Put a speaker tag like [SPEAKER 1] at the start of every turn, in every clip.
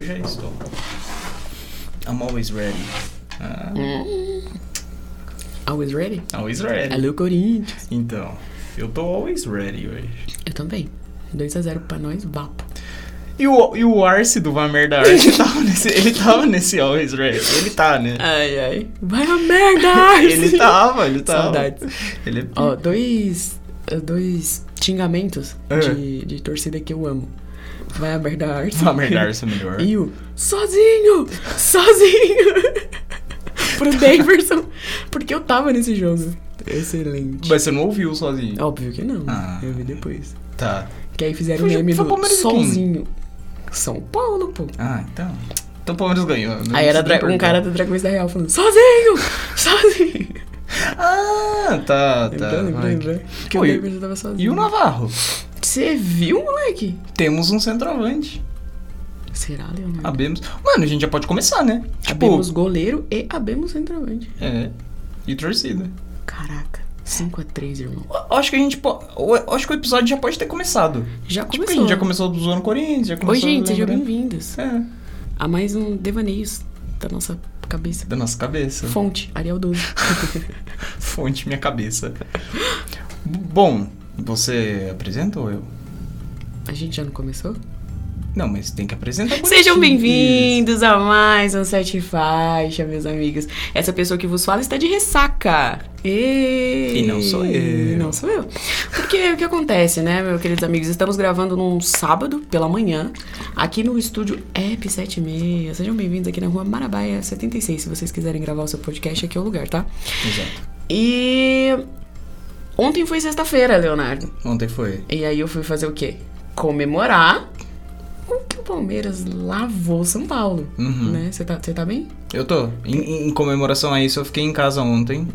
[SPEAKER 1] já estou. I'm always ready. Ah,
[SPEAKER 2] Always ready?
[SPEAKER 1] always ready.
[SPEAKER 2] Alô, Corinthians.
[SPEAKER 1] Então, eu tô always ready hoje.
[SPEAKER 2] Eu também. 2x0 pra nós, vapo.
[SPEAKER 1] E o, e o Arce do Vamer da Arce tava nesse, ele tava nesse always ready. Ele tá, né?
[SPEAKER 2] Ai, ai. tá. Vai a merda, Ah, Arce!
[SPEAKER 1] Ele tava, ele tava.
[SPEAKER 2] Saudades.
[SPEAKER 1] Ele é
[SPEAKER 2] Ó, dois. Dois xingamentos
[SPEAKER 1] É.
[SPEAKER 2] de, de torcida que eu amo. Vai a merda, Arce.
[SPEAKER 1] Vamer da Arce é melhor.
[SPEAKER 2] E o sozinho! Sozinho! Pro Daverson. Porque eu tava nesse jogo. Excelente.
[SPEAKER 1] Mas você não ouviu sozinho.
[SPEAKER 2] Óbvio que não.
[SPEAKER 1] Ah.
[SPEAKER 2] Eu vi depois.
[SPEAKER 1] Tá.
[SPEAKER 2] Que aí fizeram
[SPEAKER 1] Foi-
[SPEAKER 2] meme
[SPEAKER 1] foi
[SPEAKER 2] do
[SPEAKER 1] Palmeiras e quem?
[SPEAKER 2] sozinho. São Paulo, pô.
[SPEAKER 1] Ah, então. Então o Palmeiras ganhou. Não
[SPEAKER 2] Aí
[SPEAKER 1] precisa
[SPEAKER 2] era dra- um
[SPEAKER 1] perguntar.
[SPEAKER 2] cara do Dragões da Real falando, sozinho! Sozinho!
[SPEAKER 1] Ah, tá, tá.
[SPEAKER 2] Lembrando,
[SPEAKER 1] vai.
[SPEAKER 2] lembrando. Que o
[SPEAKER 1] Oi,
[SPEAKER 2] Daverson tava sozinho.
[SPEAKER 1] E o Navarro?
[SPEAKER 2] Você viu, moleque?
[SPEAKER 1] Temos um centroavante.
[SPEAKER 2] Será, Leonardo?
[SPEAKER 1] Abemos. Mano, a gente já pode começar, né?
[SPEAKER 2] Abemos goleiro e abemos centroavante.
[SPEAKER 1] É. E torcida.
[SPEAKER 2] Caraca, 5x3, irmão.
[SPEAKER 1] Eu Acho que a gente. po- eu Acho que o episódio já pode ter começado.
[SPEAKER 2] Já
[SPEAKER 1] Tipo,
[SPEAKER 2] começou. né?
[SPEAKER 1] a gente já começou zoando o Corinthians, já
[SPEAKER 2] Oi,
[SPEAKER 1] começou.
[SPEAKER 2] gente, sejam
[SPEAKER 1] lembrando.
[SPEAKER 2] bem-vindos
[SPEAKER 1] É,
[SPEAKER 2] a mais um Devaneios da nossa cabeça.
[SPEAKER 1] da nossa cabeça.
[SPEAKER 2] Fonte, Ariel 12.
[SPEAKER 1] Fonte minha cabeça. B- Bom, você apresenta ou eu?
[SPEAKER 2] a gente já não começou?
[SPEAKER 1] Não, mas tem que apresentar.
[SPEAKER 2] Sejam
[SPEAKER 1] bonitinho.
[SPEAKER 2] bem-vindos a mais um Sete Faixa, meus amigos. Essa pessoa que vos fala está de ressaca. E,
[SPEAKER 1] E não sou eu.
[SPEAKER 2] E não sou eu. Porque o que acontece, né, meus queridos amigos? Estamos gravando num sábado pela manhã, aqui no estúdio EP76. Sejam bem-vindos aqui na rua Marabaia 76. Se vocês quiserem gravar o seu podcast, aqui é o lugar, tá?
[SPEAKER 1] Exato.
[SPEAKER 2] E. Ontem foi sexta-feira, Leonardo.
[SPEAKER 1] Ontem foi.
[SPEAKER 2] E aí eu fui fazer o quê? Comemorar o que o Palmeiras lavou São Paulo.
[SPEAKER 1] Uhum.
[SPEAKER 2] Né? Você tá, cê tá bem?
[SPEAKER 1] Eu tô. Em, em- em comemoração a isso, eu fiquei em casa ontem.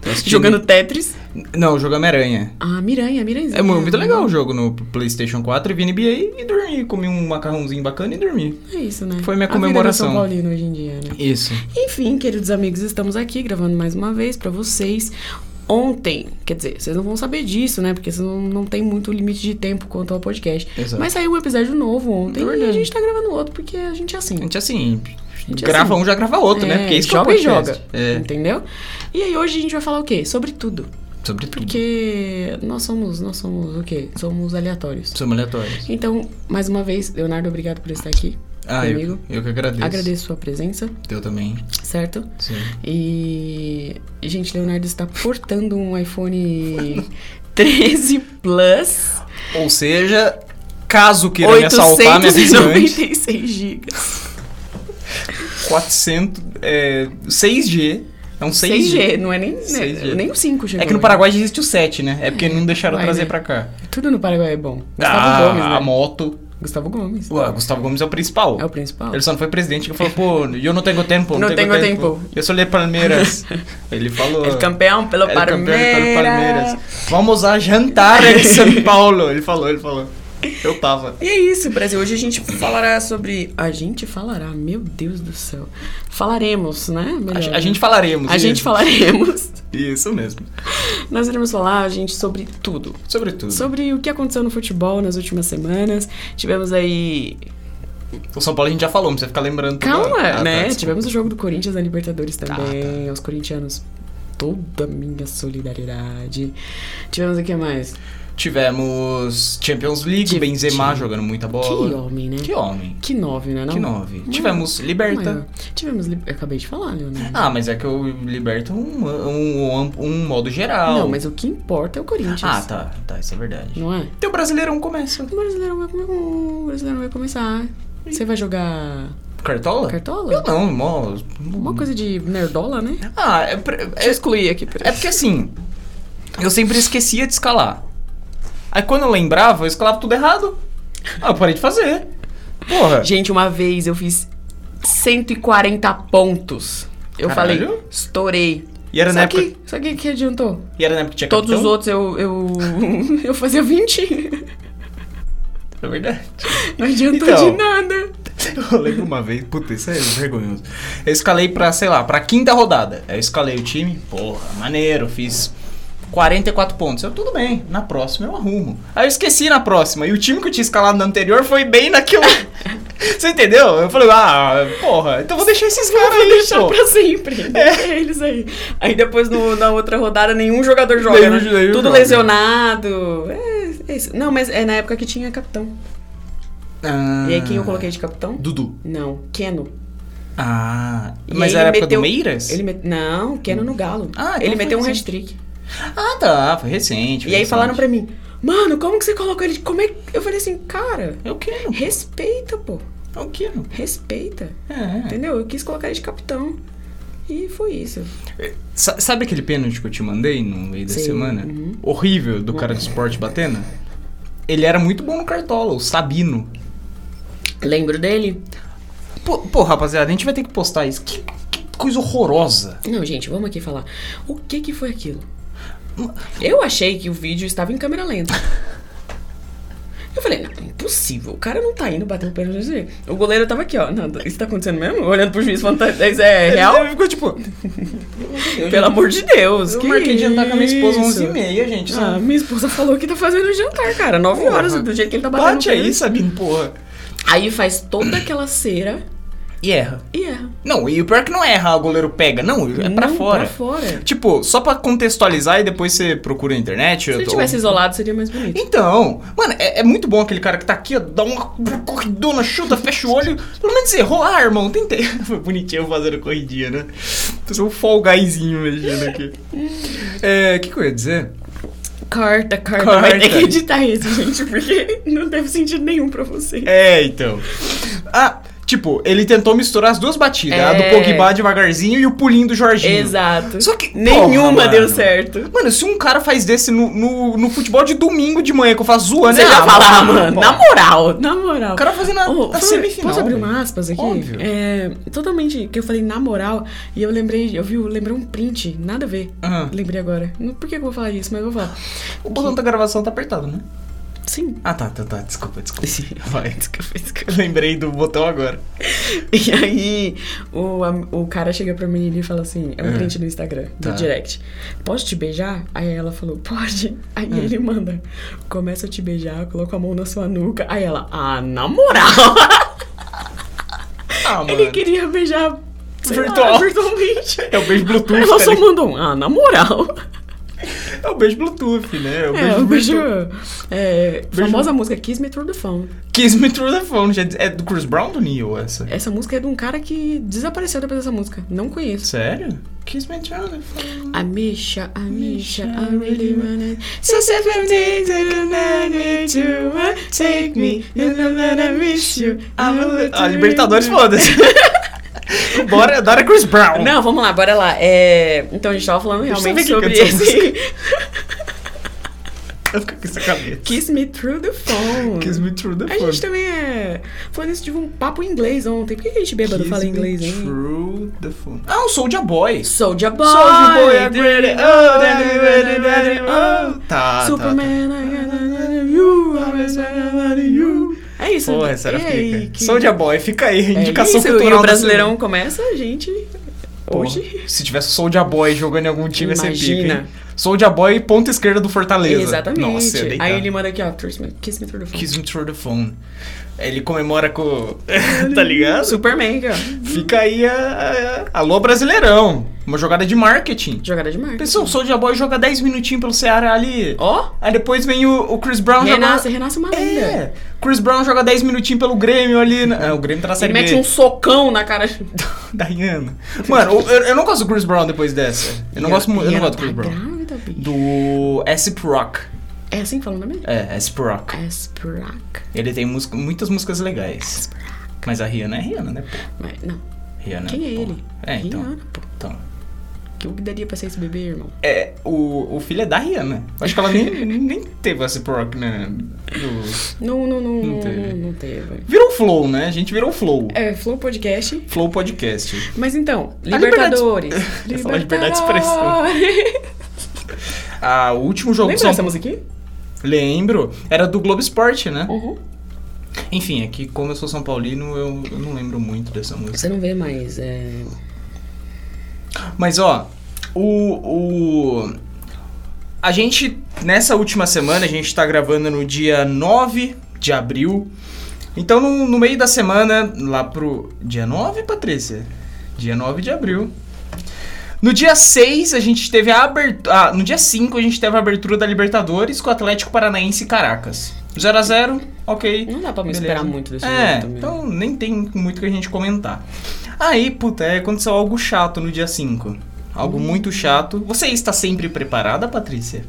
[SPEAKER 1] Tô assistindo-
[SPEAKER 2] Jogando Tetris.
[SPEAKER 1] Não, jogando Aranha.
[SPEAKER 2] Ah, Miranha, Miranha.
[SPEAKER 1] É mu- muito legal o jogo no PlayStation 4 e vi NBA e dormi. Comi um macarrãozinho bacana e dormi.
[SPEAKER 2] É isso, né?
[SPEAKER 1] Foi minha
[SPEAKER 2] A vida do
[SPEAKER 1] comemoração.
[SPEAKER 2] São Paulino hoje em dia, né?
[SPEAKER 1] Isso.
[SPEAKER 2] Enfim, queridos amigos, estamos aqui gravando mais uma vez pra vocês. Ontem, quer dizer, vocês não vão saber disso, né? Porque vocês não, não tem muito limite de tempo quanto ao podcast.
[SPEAKER 1] Exato. É
[SPEAKER 2] Mas saiu um episódio novo ontem e a
[SPEAKER 1] Verdade.
[SPEAKER 2] gente tá gravando outro porque a gente é assim.
[SPEAKER 1] A gente assim,
[SPEAKER 2] gente é
[SPEAKER 1] grava
[SPEAKER 2] assim.
[SPEAKER 1] um, já grava outro, né?
[SPEAKER 2] É,
[SPEAKER 1] Porque isso que é o
[SPEAKER 2] joga e
[SPEAKER 1] podcast.
[SPEAKER 2] joga.
[SPEAKER 1] É,
[SPEAKER 2] Entendeu? E aí hoje a gente vai falar o quê? Sobre tudo.
[SPEAKER 1] sobre tudo.
[SPEAKER 2] Porque nós somos, nós somos o quê? Somos aleatórios.
[SPEAKER 1] Somos aleatórios.
[SPEAKER 2] Então, mais uma vez, Leonardo, obrigado por estar aqui.
[SPEAKER 1] Ah, eu,
[SPEAKER 2] Comigo.
[SPEAKER 1] eu que agradeço.
[SPEAKER 2] Agradeço sua presença,
[SPEAKER 1] Eu também.
[SPEAKER 2] certo?
[SPEAKER 1] Sim.
[SPEAKER 2] E gente, Leonardo está portando um iPhone 13 Plus,
[SPEAKER 1] Ou seja, caso queira me assaltar, me avise antes.
[SPEAKER 2] 896 GB.
[SPEAKER 1] 400. É, 6G. É um 6G.
[SPEAKER 2] 6G, não é nem né,
[SPEAKER 1] 6G.
[SPEAKER 2] nem o 5 chegou.
[SPEAKER 1] É que no
[SPEAKER 2] né?
[SPEAKER 1] Paraguai já existe o 7, né? É porque não deixaram
[SPEAKER 2] Vai,
[SPEAKER 1] trazer
[SPEAKER 2] né?
[SPEAKER 1] pra cá.
[SPEAKER 2] Tudo no Paraguai é bom. Gustavo
[SPEAKER 1] Ah,
[SPEAKER 2] Gomes, né?
[SPEAKER 1] a moto.
[SPEAKER 2] Gustavo Gomes.
[SPEAKER 1] Ué, Gustavo Gomes é o principal.
[SPEAKER 2] É o principal.
[SPEAKER 1] Ele só não foi presidente que falou, pô, eu não tenho tempo.
[SPEAKER 2] Não
[SPEAKER 1] tenho
[SPEAKER 2] tenho tempo.
[SPEAKER 1] Eu sou de Palmeiras. Ele falou.
[SPEAKER 2] El campeão pelo
[SPEAKER 1] "El campeão
[SPEAKER 2] Palmeiras.
[SPEAKER 1] pelo Palmeiras. Vamos a jantar em São Paulo. Ele falou, ele falou. Eu tava.
[SPEAKER 2] E é isso, Brasil. Hoje a gente falará sobre. A gente falará, meu Deus do céu. Falaremos, né? Melhor,
[SPEAKER 1] A, a
[SPEAKER 2] né?
[SPEAKER 1] gente falaremos.
[SPEAKER 2] A gente
[SPEAKER 1] isso.
[SPEAKER 2] falaremos.
[SPEAKER 1] Isso mesmo.
[SPEAKER 2] Nós iremos falar, gente, sobre tudo.
[SPEAKER 1] Sobretudo.
[SPEAKER 2] Sobre o que aconteceu no futebol nas últimas semanas. Tivemos aí.
[SPEAKER 1] O São Paulo a gente já falou, não precisa ficar lembrando. toda
[SPEAKER 2] Calma,
[SPEAKER 1] hora. Ah, tá,
[SPEAKER 2] né?
[SPEAKER 1] desculpa.
[SPEAKER 2] Tivemos o jogo do Corinthians na Libertadores também.
[SPEAKER 1] Ah,
[SPEAKER 2] Aos corintianos, toda a minha solidariedade. Tivemos o que mais?
[SPEAKER 1] Tivemos Champions League,
[SPEAKER 2] Tive-
[SPEAKER 1] Benzema
[SPEAKER 2] tive-
[SPEAKER 1] jogando muita
[SPEAKER 2] Que
[SPEAKER 1] bola.
[SPEAKER 2] homem, né?
[SPEAKER 1] Que homem.
[SPEAKER 2] Que nove, né? Não?
[SPEAKER 1] Que nove.
[SPEAKER 2] Mano,
[SPEAKER 1] Tivemos Liberta.
[SPEAKER 2] Maior. Tivemos. li- Eu acabei de falar, Leonardo.
[SPEAKER 1] Ah, mas é que eu liberto um, um, um, um modo geral.
[SPEAKER 2] Não, mas o que importa é o Corinthians.
[SPEAKER 1] Ah, tá, tá, isso é verdade.
[SPEAKER 2] Não é?
[SPEAKER 1] Teu brasileirão começa.
[SPEAKER 2] O brasileiro vai, come- o brasileiro vai começar. Você vai jogar
[SPEAKER 1] Cartola?
[SPEAKER 2] cartola?
[SPEAKER 1] Eu não, mó.
[SPEAKER 2] Uma coisa de nerdola, né?
[SPEAKER 1] Ah, é, pre-
[SPEAKER 2] Deixa eu
[SPEAKER 1] é,
[SPEAKER 2] excluir aqui. Peraí.
[SPEAKER 1] é porque assim, eu sempre esquecia de escalar. Aí quando eu lembrava, eu escalava tudo errado. Ah, eu parei de fazer. Porra.
[SPEAKER 2] Gente, uma vez eu fiz 140 pontos. Eu
[SPEAKER 1] Caralho.
[SPEAKER 2] falei, estourei.
[SPEAKER 1] E era,
[SPEAKER 2] só
[SPEAKER 1] na época,
[SPEAKER 2] que, só que que adiantou?
[SPEAKER 1] e era na época que tinha
[SPEAKER 2] Todos
[SPEAKER 1] capitão?
[SPEAKER 2] os outros eu, eu, eu fazia 20.
[SPEAKER 1] É verdade.
[SPEAKER 2] Não adiantou
[SPEAKER 1] Então.
[SPEAKER 2] de nada.
[SPEAKER 1] Eu lembro uma vez, puta, isso é vergonhoso. Eu escalei pra, sei lá, pra quinta rodada. Aí eu escalei o time, porra, maneiro, fiz 44 pontos. Eu, tudo bem, na próxima eu arrumo. Aí eu esqueci na próxima, e o time que eu tinha escalado na anterior foi bem naquilo. Você entendeu? Eu falei, ah, porra, então vou deixar esses caras aí,
[SPEAKER 2] deixar
[SPEAKER 1] pô.
[SPEAKER 2] Tá pra sempre. É. Eles aí. Aí depois no- na outra rodada nenhum jogador joga.
[SPEAKER 1] Nenhum-
[SPEAKER 2] né?
[SPEAKER 1] nenhum
[SPEAKER 2] Tudo
[SPEAKER 1] joga.
[SPEAKER 2] lesionado. É, é isso. Não, mas é na época que tinha capitão.
[SPEAKER 1] Ah,
[SPEAKER 2] E aí quem eu coloquei de capitão?
[SPEAKER 1] Dudu.
[SPEAKER 2] Não, Keno.
[SPEAKER 1] Ah,
[SPEAKER 2] E
[SPEAKER 1] mas
[SPEAKER 2] ele
[SPEAKER 1] era a época
[SPEAKER 2] meteu-
[SPEAKER 1] do Meiras?
[SPEAKER 2] Ele met- Não, Keno no Galo.
[SPEAKER 1] Ah, então
[SPEAKER 2] ele
[SPEAKER 1] foi
[SPEAKER 2] meteu um
[SPEAKER 1] recente.
[SPEAKER 2] hat-trick.
[SPEAKER 1] Ah, tá, foi recente. foi
[SPEAKER 2] E aí
[SPEAKER 1] recente.
[SPEAKER 2] falaram pra mim, mano, como que você colocou ele? Como é que. Eu falei assim, cara,
[SPEAKER 1] Eu quero,
[SPEAKER 2] respeita, pô.
[SPEAKER 1] eu quero.
[SPEAKER 2] Respeita.
[SPEAKER 1] É.
[SPEAKER 2] Entendeu? Eu quis colocar ele de capitão. E foi isso.
[SPEAKER 1] Sa- Sabe aquele pênalti que eu te mandei no meio da
[SPEAKER 2] Sim,
[SPEAKER 1] semana?
[SPEAKER 2] uhum.
[SPEAKER 1] Horrível, do cara do esporte batendo? Ele era muito bom no cartola, o Sabino.
[SPEAKER 2] Lembro dele?
[SPEAKER 1] Pô, pô, rapaziada, a gente vai ter que postar isso. Que, que coisa horrorosa.
[SPEAKER 2] Não, gente, vamos aqui falar. O que que foi aquilo? Eu achei que o vídeo estava em câmera lenta. Eu falei, não, impossível. O cara não tá indo bater o pênalti. assim. O goleiro tava aqui, ó. Não, isso tá acontecendo mesmo? Olhando pro juiz falando, "Tá- isso é real?
[SPEAKER 1] Ele ficou tipo.
[SPEAKER 2] Pelo amor de Deus.
[SPEAKER 1] Eu
[SPEAKER 2] que
[SPEAKER 1] marquei de jantar com a minha esposa
[SPEAKER 2] isso?
[SPEAKER 1] 11h30, gente.
[SPEAKER 2] Ah, minha esposa falou que tá fazendo jantar, cara. Nove
[SPEAKER 1] Porra.
[SPEAKER 2] horas do jeito que ele tá batendo.
[SPEAKER 1] Bate
[SPEAKER 2] o pênalti.
[SPEAKER 1] aí, Sabino, porra.
[SPEAKER 2] Aí faz toda aquela cera
[SPEAKER 1] E erra.
[SPEAKER 2] e erra.
[SPEAKER 1] Não, e o pior é que não erra, o goleiro pega. Não, é pra
[SPEAKER 2] Não,
[SPEAKER 1] fora.
[SPEAKER 2] Pra fora.
[SPEAKER 1] Tipo, só pra contextualizar e depois você procura na internet.
[SPEAKER 2] Se
[SPEAKER 1] eu
[SPEAKER 2] ele
[SPEAKER 1] tô- um
[SPEAKER 2] tivesse isolado, seria mais bonito.
[SPEAKER 1] Então, mano, é, é muito bom aquele cara que tá aqui, ó, dá uma corridona, chuta, fecha o olho. Pelo menos errou. Ah, irmão, tentei. Foi bonitinho eu fazendo corridinha, né? Tô um folgaizinho mexendo aqui. É, o que, que eu ia dizer?
[SPEAKER 2] Corta, corta.
[SPEAKER 1] Corta.
[SPEAKER 2] Vai ter que editar isso, gente, porque não deve sentido nenhum pra você.
[SPEAKER 1] É, então. Ah, tipo, ele tentou misturar as duas batidas, a do
[SPEAKER 2] É.
[SPEAKER 1] Pogba devagarzinho e o pulinho do Jorginho.
[SPEAKER 2] Exato.
[SPEAKER 1] Só que,
[SPEAKER 2] Nenhuma
[SPEAKER 1] porra,
[SPEAKER 2] deu
[SPEAKER 1] mano.
[SPEAKER 2] certo.
[SPEAKER 1] Mano, se um cara faz desse no, no, no futebol de domingo de manhã que eu faço zoando, é
[SPEAKER 2] Você
[SPEAKER 1] ele
[SPEAKER 2] já
[SPEAKER 1] vai
[SPEAKER 2] falar, mano. Na moral, na moral.
[SPEAKER 1] O cara fazendo a,
[SPEAKER 2] Ô,
[SPEAKER 1] a
[SPEAKER 2] Flor,
[SPEAKER 1] semifinal.
[SPEAKER 2] Posso abrir
[SPEAKER 1] velho.
[SPEAKER 2] uma aspas aqui?
[SPEAKER 1] Óbvio.
[SPEAKER 2] É, totalmente que eu falei na moral e eu lembrei, eu vi, eu lembrei um print, nada a ver.
[SPEAKER 1] Ah.
[SPEAKER 2] Lembrei agora. Não- Por que que eu vou falar isso, mas eu vou falar.
[SPEAKER 1] O botão da gravação tá apertado, né?
[SPEAKER 2] Sim.
[SPEAKER 1] Ah, tá, tá, tá. Desculpa, desculpa. Vai.
[SPEAKER 2] Desculpa, desculpa.
[SPEAKER 1] Eu Lembrei do botão agora.
[SPEAKER 2] E aí, o, am- o cara chega pra menina e fala assim: é um
[SPEAKER 1] Ah.
[SPEAKER 2] print no Instagram, do
[SPEAKER 1] Tá.
[SPEAKER 2] direct. Posso te beijar? Aí ela falou: pode. Aí
[SPEAKER 1] É.
[SPEAKER 2] ele manda: começa a te beijar, coloca a mão na sua nuca. Aí ela: ah, na moral.
[SPEAKER 1] Ah, Tá, mano.
[SPEAKER 2] Ele queria beijar sei lá,
[SPEAKER 1] Virtual.
[SPEAKER 2] virtualmente.
[SPEAKER 1] É o beijo Bluetooth.
[SPEAKER 2] Ela
[SPEAKER 1] tá
[SPEAKER 2] só
[SPEAKER 1] ligado?
[SPEAKER 2] mandou um, ah, na moral.
[SPEAKER 1] É o beijo Bluetooth, né? É o beijo,
[SPEAKER 2] É, o beijo.
[SPEAKER 1] Bluetooth.
[SPEAKER 2] É,
[SPEAKER 1] Beijo.
[SPEAKER 2] famosa música Kiss Me Through the Phone.
[SPEAKER 1] Kiss Me Through the Phone. já- É do Chris Brown do Neil essa?
[SPEAKER 2] Essa música é de um cara que desapareceu depois dessa música. Não conheço.
[SPEAKER 1] Sério? Kiss Me Through the Phone.
[SPEAKER 2] Amisha, Amisha, I really wanna. So sad from days that I love you too much. Take me, you know that I miss you. I'm a little-
[SPEAKER 1] Ah, Libertadores, foda-se. Bora, Dora Chris Brown.
[SPEAKER 2] Não, vamos lá, bora lá. É, então a gente tava falando
[SPEAKER 1] Deixa eu
[SPEAKER 2] realmente
[SPEAKER 1] ver quem
[SPEAKER 2] sobre
[SPEAKER 1] canta essa
[SPEAKER 2] esse.
[SPEAKER 1] Eu fico com essa cabeça.
[SPEAKER 2] Kiss Me Through the Phone.
[SPEAKER 1] Kiss Me Through the
[SPEAKER 2] A
[SPEAKER 1] Phone.
[SPEAKER 2] gente também é. Falando isso, tive um papo em inglês ontem. Por que que a gente bêbado
[SPEAKER 1] Kiss
[SPEAKER 2] fala
[SPEAKER 1] me
[SPEAKER 2] inglês, hein?
[SPEAKER 1] Through the Phone. Ah, um Soulja Boy.
[SPEAKER 2] Soldier Boy!
[SPEAKER 1] Soulja Boy, I really- oh, daddy, daddy, daddy, oh. Tá, tá,
[SPEAKER 2] Superman, I got another you, I was another you. É isso.
[SPEAKER 1] Porra, essa era
[SPEAKER 2] E aí,
[SPEAKER 1] fica.
[SPEAKER 2] que-
[SPEAKER 1] Soulja Boy, fica aí.
[SPEAKER 2] É
[SPEAKER 1] Indicação
[SPEAKER 2] isso,
[SPEAKER 1] cultural
[SPEAKER 2] E o
[SPEAKER 1] da
[SPEAKER 2] Brasileirão
[SPEAKER 1] semana.
[SPEAKER 2] começa, gente.
[SPEAKER 1] Pô,
[SPEAKER 2] Hoje.
[SPEAKER 1] Se tivesse Soulja Boy jogando em algum time, ia ser pica,
[SPEAKER 2] Imagina.
[SPEAKER 1] hein? Soulja Boy, ponta esquerda do Fortaleza.
[SPEAKER 2] Exatamente.
[SPEAKER 1] Nossa, eu
[SPEAKER 2] aí ele
[SPEAKER 1] deitar.
[SPEAKER 2] manda aqui, ó, Kiss Me- Kiss Me Through the Phone.
[SPEAKER 1] Kiss me through the phone. Ele comemora com... tá ligado?
[SPEAKER 2] Superman, aqui, ó.
[SPEAKER 1] Fica aí a... a- Alô, Brasileirão. Uma jogada de marketing.
[SPEAKER 2] Jogada de marca.
[SPEAKER 1] Pensou, o Soulja Boy joga 10 minutinhos pelo Ceará ali.
[SPEAKER 2] Ó,
[SPEAKER 1] Aí depois vem o, o Chris Brown
[SPEAKER 2] renasce,
[SPEAKER 1] jogar...
[SPEAKER 2] renasce uma lenda.
[SPEAKER 1] É, Chris Brown joga 10 minutinhos pelo Grêmio ali. na- Ah, o Grêmio tá na
[SPEAKER 2] Ele
[SPEAKER 1] Série B.
[SPEAKER 2] mete um socão na cara.
[SPEAKER 1] Da Rihanna. Mano, eu, eu não gosto do Chris Brown depois dessa. Eu não gosto, mu- eu não gosto do
[SPEAKER 2] tá
[SPEAKER 1] Chris Brown. Do S.P. Rock.
[SPEAKER 2] É assim que fala o nome?
[SPEAKER 1] É, S.P. Rock.
[SPEAKER 2] Asprak.
[SPEAKER 1] Ele tem música- muitas músicas legais. Mas a Rihanna é Rihanna, né? Pô,
[SPEAKER 2] Mas, não,
[SPEAKER 1] Rihanna.
[SPEAKER 2] quem é
[SPEAKER 1] pô.
[SPEAKER 2] ele?
[SPEAKER 1] É, então.
[SPEAKER 2] Rihanna, pô.
[SPEAKER 1] então.
[SPEAKER 2] Que o que daria pra ser esse bebê, irmão?
[SPEAKER 1] É, o, o filho é da Rihanna. Acho que ela nem, nem teve a S.P. Rock, né? do-
[SPEAKER 2] Não, não, não.
[SPEAKER 1] Não teve.
[SPEAKER 2] Não, não teve.
[SPEAKER 1] Virou Flow, né? A gente virou Flow.
[SPEAKER 2] É, Flow Podcast.
[SPEAKER 1] Flow Podcast.
[SPEAKER 2] Mas então,
[SPEAKER 1] liberdade-
[SPEAKER 2] Libertadores.
[SPEAKER 1] Eu ia falar liberdade de expressão.
[SPEAKER 2] Libertadores.
[SPEAKER 1] Ah, o último jogo
[SPEAKER 2] Lembra
[SPEAKER 1] do São
[SPEAKER 2] dessa musiquinha?
[SPEAKER 1] Lembro. Era do Globo Esporte, né?
[SPEAKER 2] Uhum.
[SPEAKER 1] Enfim, é que como eu sou São Paulino, eu, eu não lembro muito dessa música.
[SPEAKER 2] Você não vê mais. É...
[SPEAKER 1] Mas ó, o. o... A gente, nessa última semana, a gente tá gravando no dia 9 de abril. Então, no, no meio da semana, lá pro dia 9, Patrícia. Dia 9 de abril. No dia 6, a gente teve a abertura. Ah, no dia 5, a gente teve a abertura da Libertadores com o Atlético Paranaense e Caracas. 0 a 0 ok.
[SPEAKER 2] Não dá pra me
[SPEAKER 1] Beleza.
[SPEAKER 2] esperar muito desse
[SPEAKER 1] É,
[SPEAKER 2] jogo também.
[SPEAKER 1] então nem tem muito que a gente comentar. Aí, puta, é, aconteceu algo chato no dia 5.
[SPEAKER 2] Hum.
[SPEAKER 1] Algo muito chato. Você está sempre preparada, Patrícia?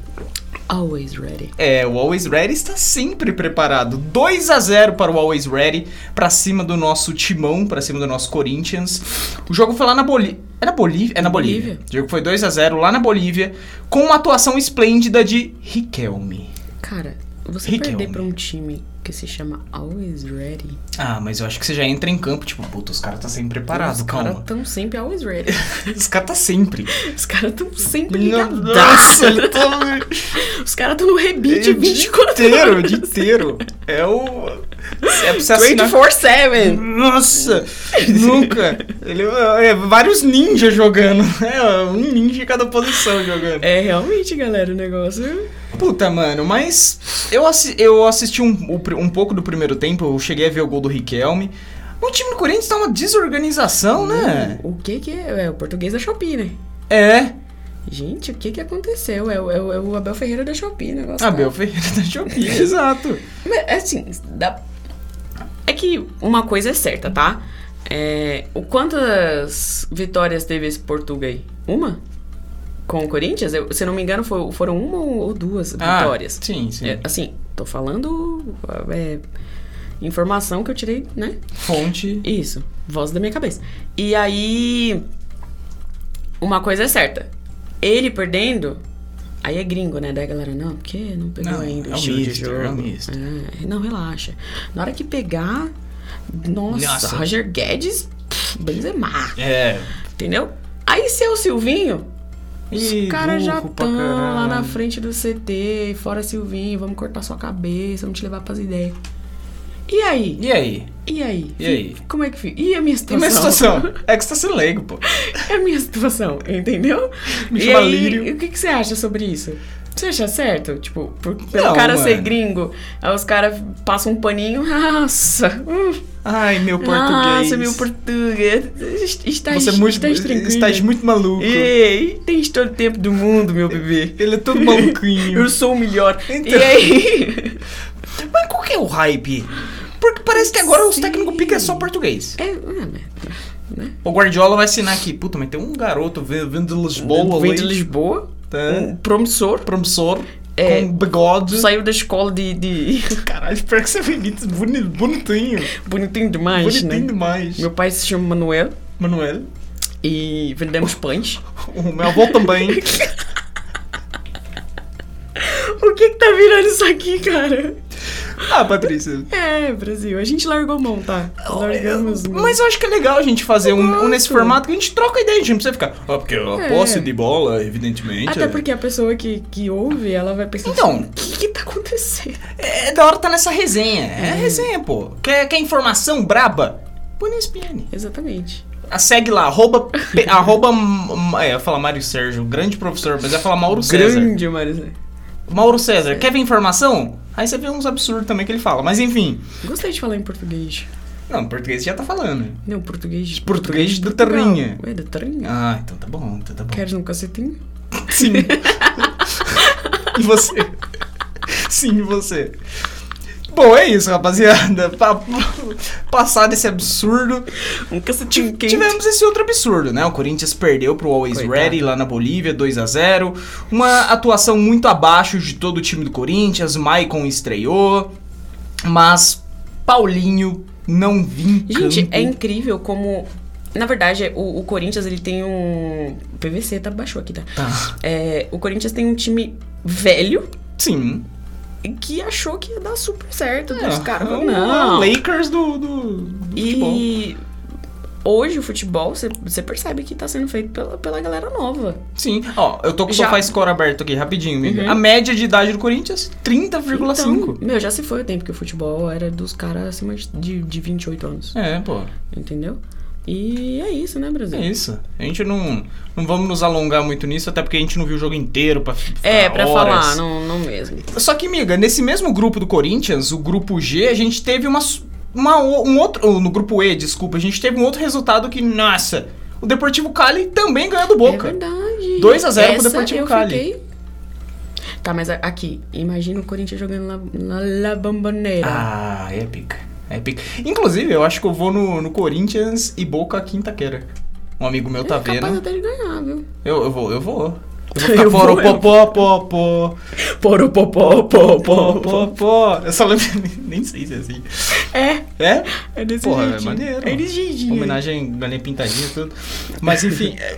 [SPEAKER 2] Always ready.
[SPEAKER 1] É, o Always Ready está sempre preparado. 2 a 0 para o Always Ready, pra cima do nosso timão, pra cima do nosso Corinthians. O jogo foi lá na Bolívia. É na Bolívia? É na Bolívia.
[SPEAKER 2] Bolívia.
[SPEAKER 1] O jogo foi 2 a 0 lá na Bolívia, com uma atuação esplêndida de Riquelme.
[SPEAKER 2] Cara, você
[SPEAKER 1] Riquelme.
[SPEAKER 2] perder pra um time que se chama Always Ready.
[SPEAKER 1] Ah, mas eu acho que você já entra em campo, tipo, puta, os caras tá sempre preparado,
[SPEAKER 2] Os
[SPEAKER 1] calma.
[SPEAKER 2] caras tão sempre always ready.
[SPEAKER 1] Os caras tá sempre.
[SPEAKER 2] Os caras tão sempre ligadaços.
[SPEAKER 1] Nossa, ele tá-
[SPEAKER 2] Os caras tão no rebite
[SPEAKER 1] É o
[SPEAKER 2] 24
[SPEAKER 1] dia inteiro, o
[SPEAKER 2] horas.
[SPEAKER 1] dia inteiro. É o. É pra você assinar.
[SPEAKER 2] 24-7.
[SPEAKER 1] Nossa, nunca. Ele, é, vários ninjas jogando. É, um ninja em cada posição jogando.
[SPEAKER 2] É realmente, galera, o negócio.
[SPEAKER 1] Puta, mano, mas eu, assi- eu assisti um, o pri- um pouco do primeiro tempo, eu cheguei a ver o gol do Riquelme. O time do Corinthians tá uma desorganização, né?
[SPEAKER 2] O que que é? É o português da Shopee, né?
[SPEAKER 1] É,
[SPEAKER 2] Gente, o que que aconteceu? É, o- é o- é o Abel Ferreira da Shopee, o negócio. tá-
[SPEAKER 1] Abel Ferreira da Jopinha, exato.
[SPEAKER 2] Mas, assim, dá... é que uma coisa é certa, tá? É, o quantas vitórias teve esse Portuga aí? Uma? Com o Corinthians? Eu- se não me engano, fo- foram uma ou duas
[SPEAKER 1] Ah,
[SPEAKER 2] vitórias.
[SPEAKER 1] sim, sim.
[SPEAKER 2] É, assim, tô falando é, informação que eu tirei, né?
[SPEAKER 1] Fonte.
[SPEAKER 2] Isso, voz da minha cabeça. E aí, uma coisa é certa. Ele perdendo, aí é gringo, né? Daí a galera, não, porque não pegou
[SPEAKER 1] Não,
[SPEAKER 2] ainda
[SPEAKER 1] é
[SPEAKER 2] o
[SPEAKER 1] o
[SPEAKER 2] estilo de
[SPEAKER 1] mister,
[SPEAKER 2] jogo.
[SPEAKER 1] é o mister.
[SPEAKER 2] É, não, relaxa. Na hora que pegar, nossa,
[SPEAKER 1] Nossa.
[SPEAKER 2] Roger Guedes, pff, Benzema,
[SPEAKER 1] É.
[SPEAKER 2] entendeu? Aí se é o Silvinho, os
[SPEAKER 1] Ih,
[SPEAKER 2] caras já
[SPEAKER 1] burro pra
[SPEAKER 2] estão lá na
[SPEAKER 1] caralho.
[SPEAKER 2] frente do CT, fora Silvinho, vamos cortar sua cabeça, vamos te levar pras ideias. E aí?
[SPEAKER 1] E aí?
[SPEAKER 2] E aí?
[SPEAKER 1] E aí?
[SPEAKER 2] Fi- Como é que fica? E a minha
[SPEAKER 1] E minha
[SPEAKER 2] situação?
[SPEAKER 1] situação? É que você tá sendo leigo, pô.
[SPEAKER 2] é a minha situação, entendeu?
[SPEAKER 1] Me
[SPEAKER 2] e
[SPEAKER 1] chama
[SPEAKER 2] aí,
[SPEAKER 1] Lírio.
[SPEAKER 2] o que, que você acha sobre isso? Você acha certo? Tipo, por, pelo
[SPEAKER 1] Não,
[SPEAKER 2] cara ser
[SPEAKER 1] mano.
[SPEAKER 2] gringo, aí os caras passam um paninho, nossa, hum,
[SPEAKER 1] Ai, meu português.
[SPEAKER 2] nossa, meu português, Tá estás,
[SPEAKER 1] Você é muito,
[SPEAKER 2] estás tranquilo.
[SPEAKER 1] estás muito maluco.
[SPEAKER 2] Ei, tens todo o tempo do mundo, meu bebê.
[SPEAKER 1] Ele é todo maluquinho.
[SPEAKER 2] Eu sou o melhor.
[SPEAKER 1] Então.
[SPEAKER 2] E aí?
[SPEAKER 1] Mas qual que é o hype? Porque parece que agora os
[SPEAKER 2] Sim.
[SPEAKER 1] técnicos pica é só português.
[SPEAKER 2] É, ah, né?
[SPEAKER 1] O Guardiola vai assinar aqui. Puta, mas tem um garoto vindo vindo de Lisboa,
[SPEAKER 2] Vem de
[SPEAKER 1] ali,
[SPEAKER 2] Lisboa,
[SPEAKER 1] tá?
[SPEAKER 2] um promissor,
[SPEAKER 1] promissor,
[SPEAKER 2] É.
[SPEAKER 1] com um bigode.
[SPEAKER 2] saiu da escola de, de-
[SPEAKER 1] Caralho, espero que você bonito, boni- bonitinho.
[SPEAKER 2] bonitinho demais,
[SPEAKER 1] bonitinho
[SPEAKER 2] né?
[SPEAKER 1] demais.
[SPEAKER 2] Meu pai se chama Manuel
[SPEAKER 1] Manuel.
[SPEAKER 2] e vendemos pães.
[SPEAKER 1] O meu avô também.
[SPEAKER 2] o que que tá virando isso aqui, cara?
[SPEAKER 1] ah, Patrícia.
[SPEAKER 2] É, Brasil, a gente largou mão, tá? Largamos mão.
[SPEAKER 1] Mas eu acho que é legal a gente fazer um, um nesse
[SPEAKER 2] gosto.
[SPEAKER 1] formato que a gente troca ideia, a gente não precisa ficar. Ah, porque a
[SPEAKER 2] É.
[SPEAKER 1] posse de bola, evidentemente.
[SPEAKER 2] Até
[SPEAKER 1] é-
[SPEAKER 2] porque a pessoa que, que ouve, ela vai pensar
[SPEAKER 1] Então.
[SPEAKER 2] assim, o que que tá acontecendo?
[SPEAKER 1] É da hora tá nessa resenha. É, resenha, pô. Quer, quer informação braba? Põe na ESPN.
[SPEAKER 2] Exatamente.
[SPEAKER 1] Ah, Segue lá, arroba. pe- arroba m- m- é, eu ia falar Mário Sérgio, grande professor, mas eu ia falar Mauro César.
[SPEAKER 2] Grande, Marisa.
[SPEAKER 1] Mauro César, quer ver informação? Aí você vê uns absurdos também que ele fala. Mas enfim.
[SPEAKER 2] Gostei de falar em português.
[SPEAKER 1] Não, português já tá falando.
[SPEAKER 2] Não, português.
[SPEAKER 1] Português
[SPEAKER 2] de
[SPEAKER 1] da
[SPEAKER 2] Portugal.
[SPEAKER 1] terrinha.
[SPEAKER 2] Ué, da terrinha.
[SPEAKER 1] Ah, então tá bom, então tá bom.
[SPEAKER 2] Queres um cacetinho?
[SPEAKER 1] Sim. e você? Sim, e você. Bom, é isso, rapaziada. Pa- Passado esse absurdo.
[SPEAKER 2] Um cacetinho quente.
[SPEAKER 1] Tivemos esse outro absurdo, né? O Corinthians perdeu pro Always
[SPEAKER 2] Coitado.
[SPEAKER 1] Ready lá na Bolívia, 2 a 0 Uma atuação muito abaixo de todo o time do Corinthians. Maicon estreou, mas Paulinho não vinha.
[SPEAKER 2] Gente, é incrível como... Na verdade, o, o Corinthians, ele tem um... PVC tá baixou aqui, tá? É, o Corinthians tem um time velho
[SPEAKER 1] Sim.
[SPEAKER 2] que achou que ia dar super certo.
[SPEAKER 1] É,
[SPEAKER 2] né? Os caras
[SPEAKER 1] é
[SPEAKER 2] falaram,
[SPEAKER 1] o
[SPEAKER 2] não.
[SPEAKER 1] Lakers do, do, do futebol.
[SPEAKER 2] E... Hoje o futebol, você- você percebe que tá sendo feito pela, pela galera nova.
[SPEAKER 1] Sim. Ó, eu tô com o
[SPEAKER 2] Já-
[SPEAKER 1] sofá score aberto aqui, rapidinho, amiga.
[SPEAKER 2] Uhum.
[SPEAKER 1] A média de idade do Corinthians, 30,5.
[SPEAKER 2] Então, meu, já se foi o tempo que o futebol era dos caras acima de, de 28 anos.
[SPEAKER 1] É, pô.
[SPEAKER 2] Entendeu? E é isso, né, Brasil?
[SPEAKER 1] É isso. A gente não, não vamos nos alongar muito nisso, até porque a gente não viu o jogo inteiro pra fi- ficar
[SPEAKER 2] É, pra
[SPEAKER 1] horas.
[SPEAKER 2] falar, não, não mesmo.
[SPEAKER 1] Só que, miga, nesse mesmo grupo do Corinthians, o grupo G, a gente teve uma. su- uma o- um outro. oh, No grupo E, desculpa, a gente teve um outro resultado que, nossa, o Deportivo Cali também ganhou do
[SPEAKER 2] É
[SPEAKER 1] Boca.
[SPEAKER 2] verdade.
[SPEAKER 1] 2 a 0 pro
[SPEAKER 2] Essa
[SPEAKER 1] Deportivo
[SPEAKER 2] eu
[SPEAKER 1] Cali.
[SPEAKER 2] Fiquei... Tá, mas a- aqui, imagina o Corinthians jogando na, na La Bombonera.
[SPEAKER 1] ah, épica. Épica. Inclusive, eu acho que eu vou no, no Corinthians e Boca quinta-feira. Um amigo meu tá
[SPEAKER 2] é capaz
[SPEAKER 1] vendo.
[SPEAKER 2] até de ganhar, viu?
[SPEAKER 1] Eu, eu vou, eu vou.
[SPEAKER 2] Eu
[SPEAKER 1] Eu vou
[SPEAKER 2] vou,
[SPEAKER 1] ficar
[SPEAKER 2] eu
[SPEAKER 1] pó, pó, pó,
[SPEAKER 2] Poropopó, pó,
[SPEAKER 1] pó, pó, pó. Eu só lembro, nem sei se é assim.
[SPEAKER 2] É,
[SPEAKER 1] É?
[SPEAKER 2] é desse
[SPEAKER 1] Porra, é
[SPEAKER 2] jeitinho.
[SPEAKER 1] maneiro.
[SPEAKER 2] É desse jeitinho.
[SPEAKER 1] Homenagem à galinha pintadinha e tudo. Mas enfim, é,